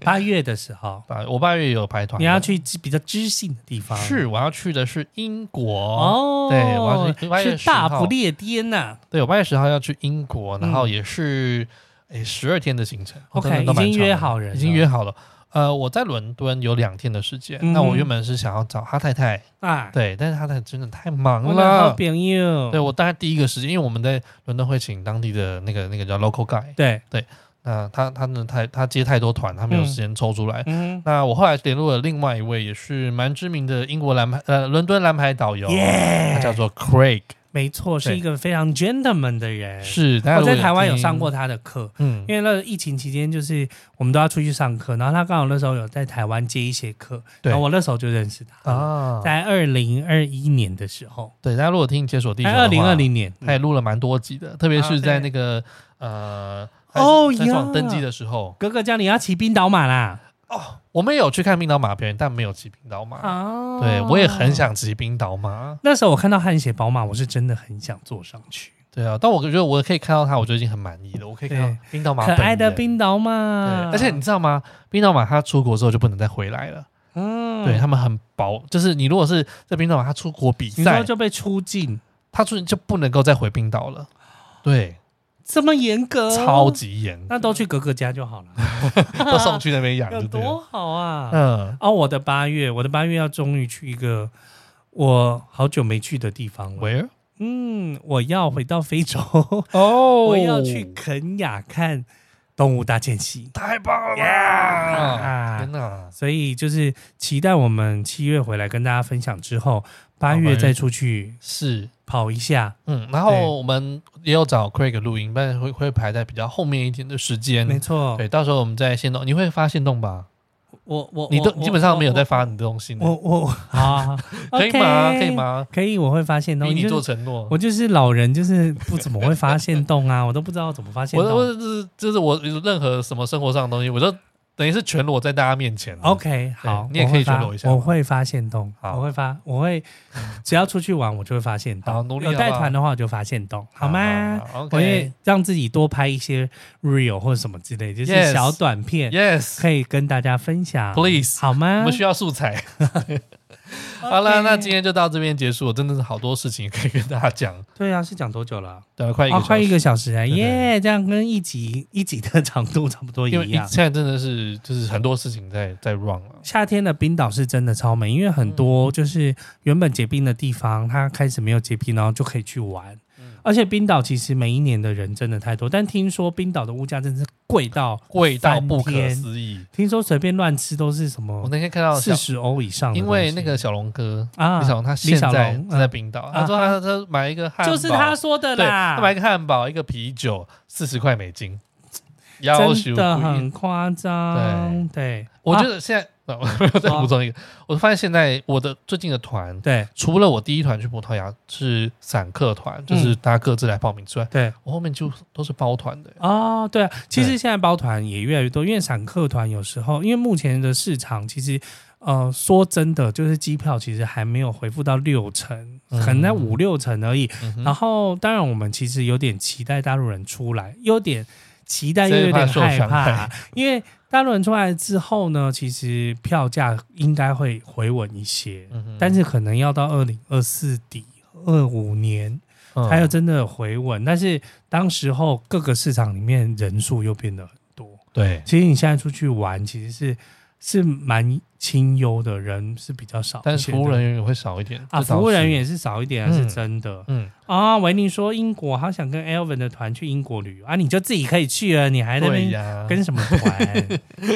Speaker 3: 八月的时候
Speaker 1: 八我八月也有排团，啊
Speaker 3: 你要去比较知性的地方，
Speaker 1: 是我要去的是英国，
Speaker 3: 哦，
Speaker 1: 对我要去8月
Speaker 3: 是大
Speaker 1: 10号
Speaker 3: 不列颠呐。
Speaker 1: 对我八月十号要去英国，然后也是哎十二天的行程
Speaker 3: 嗯 OK，
Speaker 1: 哦真的都蛮
Speaker 3: 已经
Speaker 1: 长的
Speaker 3: 约好人了
Speaker 1: 已经约好了。呃，我在伦敦有两天的时间，
Speaker 3: 嗯
Speaker 1: 那我原本是想要找哈太太，
Speaker 3: 啊，
Speaker 1: 对，但是哈太太真的太忙
Speaker 3: 我的好
Speaker 1: 了，
Speaker 3: 朋友，
Speaker 1: 对我大概第一个时间，因为我们在伦敦会请当地的那个那个叫 local guy，
Speaker 3: 对，
Speaker 1: 那他他呢太他接太多团，他没有时间抽出来。
Speaker 3: 嗯，
Speaker 1: 那我后来联络了另外一位也是蛮知名的英国蓝牌呃伦敦蓝牌导游他叫
Speaker 3: 耶，
Speaker 1: 做 Craig，
Speaker 3: 没错，是
Speaker 1: 对
Speaker 3: 一个非常 gentleman 的人。
Speaker 1: 是大家
Speaker 3: 我
Speaker 1: 如果
Speaker 3: 在台湾有上过
Speaker 1: 听，
Speaker 3: 他的课，
Speaker 1: 嗯
Speaker 3: 因为那个疫情期间，就是我们都要出去上课，然后他刚好那时候有在台湾接一些课，
Speaker 1: 对
Speaker 3: 然后我那时候就认识他了，
Speaker 1: 啊，
Speaker 3: 在二零二一年的时候，
Speaker 1: 对，大家如果听解锁地球
Speaker 3: 在
Speaker 1: 的
Speaker 3: 哎二
Speaker 1: 话，
Speaker 3: 零二零年，
Speaker 1: 他也录了蛮多集的，特别是在
Speaker 3: 啊
Speaker 1: 那个呃
Speaker 3: 哦
Speaker 1: 在在
Speaker 3: 呀
Speaker 1: 爽登基的时候，
Speaker 3: 哥哥叫你要骑冰岛马啦，
Speaker 1: 我们也有去看冰岛马表演，但没有骑冰岛马。
Speaker 3: 啊哦
Speaker 1: 对，我也很。想骑冰岛马。
Speaker 3: 那时候我看到汗血宝马，我是真的很想坐上去。
Speaker 1: 对啊，但我觉得我可以看到它，我就已经很满意了。我可以看到冰岛马
Speaker 3: 可
Speaker 1: 本
Speaker 3: 爱的
Speaker 1: 人
Speaker 3: 冰岛
Speaker 1: 对
Speaker 3: 马，
Speaker 1: 而且你知道吗？冰岛马它出国之后就不能再回来了。
Speaker 3: 嗯
Speaker 1: 对他们很薄，就是你如果是在冰岛马，它出国比
Speaker 3: 你说
Speaker 1: 赛，
Speaker 3: 就被出境，
Speaker 1: 它出就不能够再回冰岛了。对，
Speaker 3: 这么严格，
Speaker 1: 超，级严，
Speaker 3: 那都去哥哥家就好了，
Speaker 1: 都送去那边养，
Speaker 3: 哦 有
Speaker 1: 就 对
Speaker 3: 多
Speaker 1: 了。
Speaker 3: 好啊！
Speaker 1: 嗯，
Speaker 3: 哦，我的八月，我的八月要终于去一个我好久没去的地方了。
Speaker 1: 喂，
Speaker 3: 嗯，我要回到非洲，
Speaker 1: 哦
Speaker 3: 我要去肯雅看动物大迁徙。
Speaker 1: 太棒了吧！啊
Speaker 3: Yeah！
Speaker 1: 天哪，
Speaker 3: 所以就是期待我们七月回来跟大家分享之后，八
Speaker 1: 好八
Speaker 3: 月
Speaker 1: 月
Speaker 3: 再出去
Speaker 1: 是。
Speaker 3: 跑一下。
Speaker 1: 嗯，然
Speaker 3: 对
Speaker 1: 后我们也有找 Craig 录音，但会会排在比较后面一点的时间。
Speaker 3: 没错，
Speaker 1: 对，到时候我们在线动，你会发现动吧？
Speaker 3: 我我
Speaker 1: 你都
Speaker 3: 我
Speaker 1: 你基本上没有在发
Speaker 3: 我
Speaker 1: 你的东西呢，
Speaker 3: 我我我好，
Speaker 1: 可以吗？可以？吗？
Speaker 3: 可以，我会发现
Speaker 1: 逼
Speaker 3: 动，
Speaker 1: 你
Speaker 3: 就
Speaker 1: 做
Speaker 3: 是
Speaker 1: 承诺。
Speaker 3: 我就是老人，就是不怎么会 发现动啊，我都不知道怎么发现
Speaker 1: 我
Speaker 3: 动。
Speaker 1: 我就是就是我任何什么生活上的东西，我都等于是全裸在大家面前了。
Speaker 3: OK，好，
Speaker 1: 你也可以
Speaker 3: 我会发
Speaker 1: 全裸一下
Speaker 3: 我会发现动，
Speaker 1: 好
Speaker 3: 我会发，我会只要出去玩，我就会发现
Speaker 1: 好
Speaker 3: 动。
Speaker 1: 努力
Speaker 3: 有
Speaker 1: 好
Speaker 3: 带
Speaker 1: 不好
Speaker 3: 团的话，我就发现动，好吗？
Speaker 1: 好好
Speaker 3: 我也
Speaker 1: ？OK，
Speaker 3: 让自己多拍一些 real 或者什么之类，就是
Speaker 1: Yes
Speaker 3: 小短片
Speaker 1: Yes，
Speaker 3: 可以跟大家分享
Speaker 1: Please
Speaker 3: 好吗
Speaker 1: 我们？需要素材。好了，那今天就到这边结束。真的是好多事情可以跟大家讲，
Speaker 3: 对啊，是讲多久了？
Speaker 1: 等了快一个
Speaker 3: 哦，
Speaker 1: 小
Speaker 3: 快一
Speaker 1: 时，
Speaker 3: 个小时啊！
Speaker 1: 对对
Speaker 3: 耶，这样跟一集一集的长度差不多
Speaker 1: 因为
Speaker 3: 一
Speaker 1: 一
Speaker 3: 样
Speaker 1: 现。在真的是就是很多事情在啊在 run 了。
Speaker 3: 夏天的冰岛是真的超美，因为很多就是原本结冰的地方，它开始没有结冰，然后就可以去玩。而且冰岛其实每一年的人真的太多，但听说冰岛的物价真是贵到，
Speaker 1: 贵到不
Speaker 3: 翻
Speaker 1: 可
Speaker 3: 天
Speaker 1: 思议！
Speaker 3: 听说随便乱吃都是什
Speaker 1: 我
Speaker 3: 么
Speaker 1: 那天看到小
Speaker 3: 四，十欧以上的东西。
Speaker 1: 因为那个小龙哥
Speaker 3: 啊
Speaker 1: 李小龙他现
Speaker 3: 小
Speaker 1: 在
Speaker 3: 龙
Speaker 1: 在
Speaker 3: 嗯
Speaker 1: 冰岛，
Speaker 3: 啊
Speaker 1: 他说他他买一个汉堡，
Speaker 3: 就是他说的
Speaker 1: 对，
Speaker 3: 啦
Speaker 1: 他，买一个汉堡，一个啤酒，四十块美金，要求
Speaker 3: 真的
Speaker 1: 贵
Speaker 3: 很。啊夸张。对，
Speaker 1: 我
Speaker 3: 啊
Speaker 1: 觉得现在， 我我再补充一个，我发现现在我的最近的团，
Speaker 3: 对
Speaker 1: 除了我第一团去葡萄牙是散客
Speaker 3: 嗯
Speaker 1: 团，就是大家各自来报名之外，
Speaker 3: 对。
Speaker 1: 我后面就都是包团的。
Speaker 3: 哦，对啊，其实
Speaker 1: 对
Speaker 3: 现在包团也越来越多，因为散客团有时候，因为目前的市场其实，呃，说真的，就是机票其实还没有回复到六成，
Speaker 1: 嗯
Speaker 3: 可能在五六成而已。
Speaker 1: 嗯哼
Speaker 3: 然后，当然我们其实有点期待大陆人出来，有点期待又
Speaker 1: 所以
Speaker 3: 有
Speaker 1: 怕
Speaker 3: 点
Speaker 1: 受
Speaker 3: 害
Speaker 1: 伤
Speaker 3: 怕
Speaker 1: 害，
Speaker 3: 因为大陆人出来之后呢，其实票价应该会回稳一些，
Speaker 1: 嗯哼
Speaker 3: 但是可能要到二零二四底二五年。
Speaker 1: 嗯
Speaker 3: 还有真的回稳，但是当时候各个市场里面人数又变得很多。
Speaker 1: 对，
Speaker 3: 其实你现在出去玩，其实是是蛮清幽的，人是比较少，
Speaker 1: 但是服务人
Speaker 3: 员
Speaker 1: 员也会少一点
Speaker 3: 哦啊，
Speaker 1: 这倒
Speaker 3: 服务人
Speaker 1: 是
Speaker 3: 员也是少一点啊，
Speaker 1: 嗯
Speaker 3: 是真的
Speaker 1: 嗯，
Speaker 3: 啊。维尼说英国，好想跟 Elvin 的团去英国旅游啊，你就自己可以去了，你还在那
Speaker 1: 对
Speaker 3: 边
Speaker 1: 呀，
Speaker 3: 跟什么 团，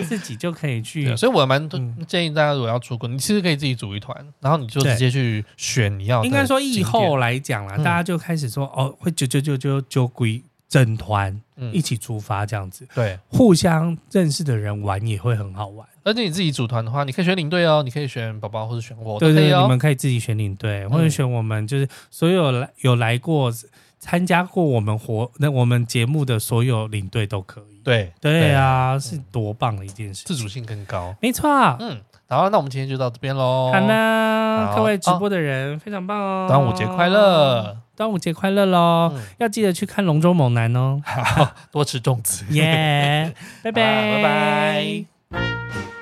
Speaker 3: 自己就可以去
Speaker 1: 对，。啊所以我蛮
Speaker 3: 嗯
Speaker 1: 建议大家，如果要出国，你其实可以自己组一团，然后你就
Speaker 3: 对
Speaker 1: 直接去选你要的
Speaker 3: 应
Speaker 1: 景点。
Speaker 3: 该说以后来讲啦，
Speaker 1: 嗯
Speaker 3: 大家就开始说哦，会九九九九九归整团
Speaker 1: 嗯
Speaker 3: 一起出发这样子。
Speaker 1: 对，
Speaker 3: 互相认识的人玩也会很好玩。
Speaker 1: 而且你自己组团的话，你可以选领队哦，你可以选宝宝或者选我，
Speaker 3: 对
Speaker 1: 都可
Speaker 3: 对
Speaker 1: 以
Speaker 3: 对，
Speaker 1: 哦嗯
Speaker 3: 你们可以自己选领队，或者选我们就是所有来有来过、参加过我们活那我们节目的所有领队都可以。
Speaker 1: 对嗯
Speaker 3: 对，啊，是多棒的一件事
Speaker 1: 自。主性更高。
Speaker 3: 没错。
Speaker 1: 嗯，好，那我们今天就到这边喽。
Speaker 3: 好啦，
Speaker 1: 好
Speaker 3: 各位直播的人非常棒哦！
Speaker 1: 端午节快！乐，
Speaker 3: 端午节快乐喽！
Speaker 1: 嗯
Speaker 3: 要记得去看《龙舟猛男》哦！
Speaker 1: 好，多吃粽 子。
Speaker 3: 耶，拜拜，
Speaker 1: 好拜拜。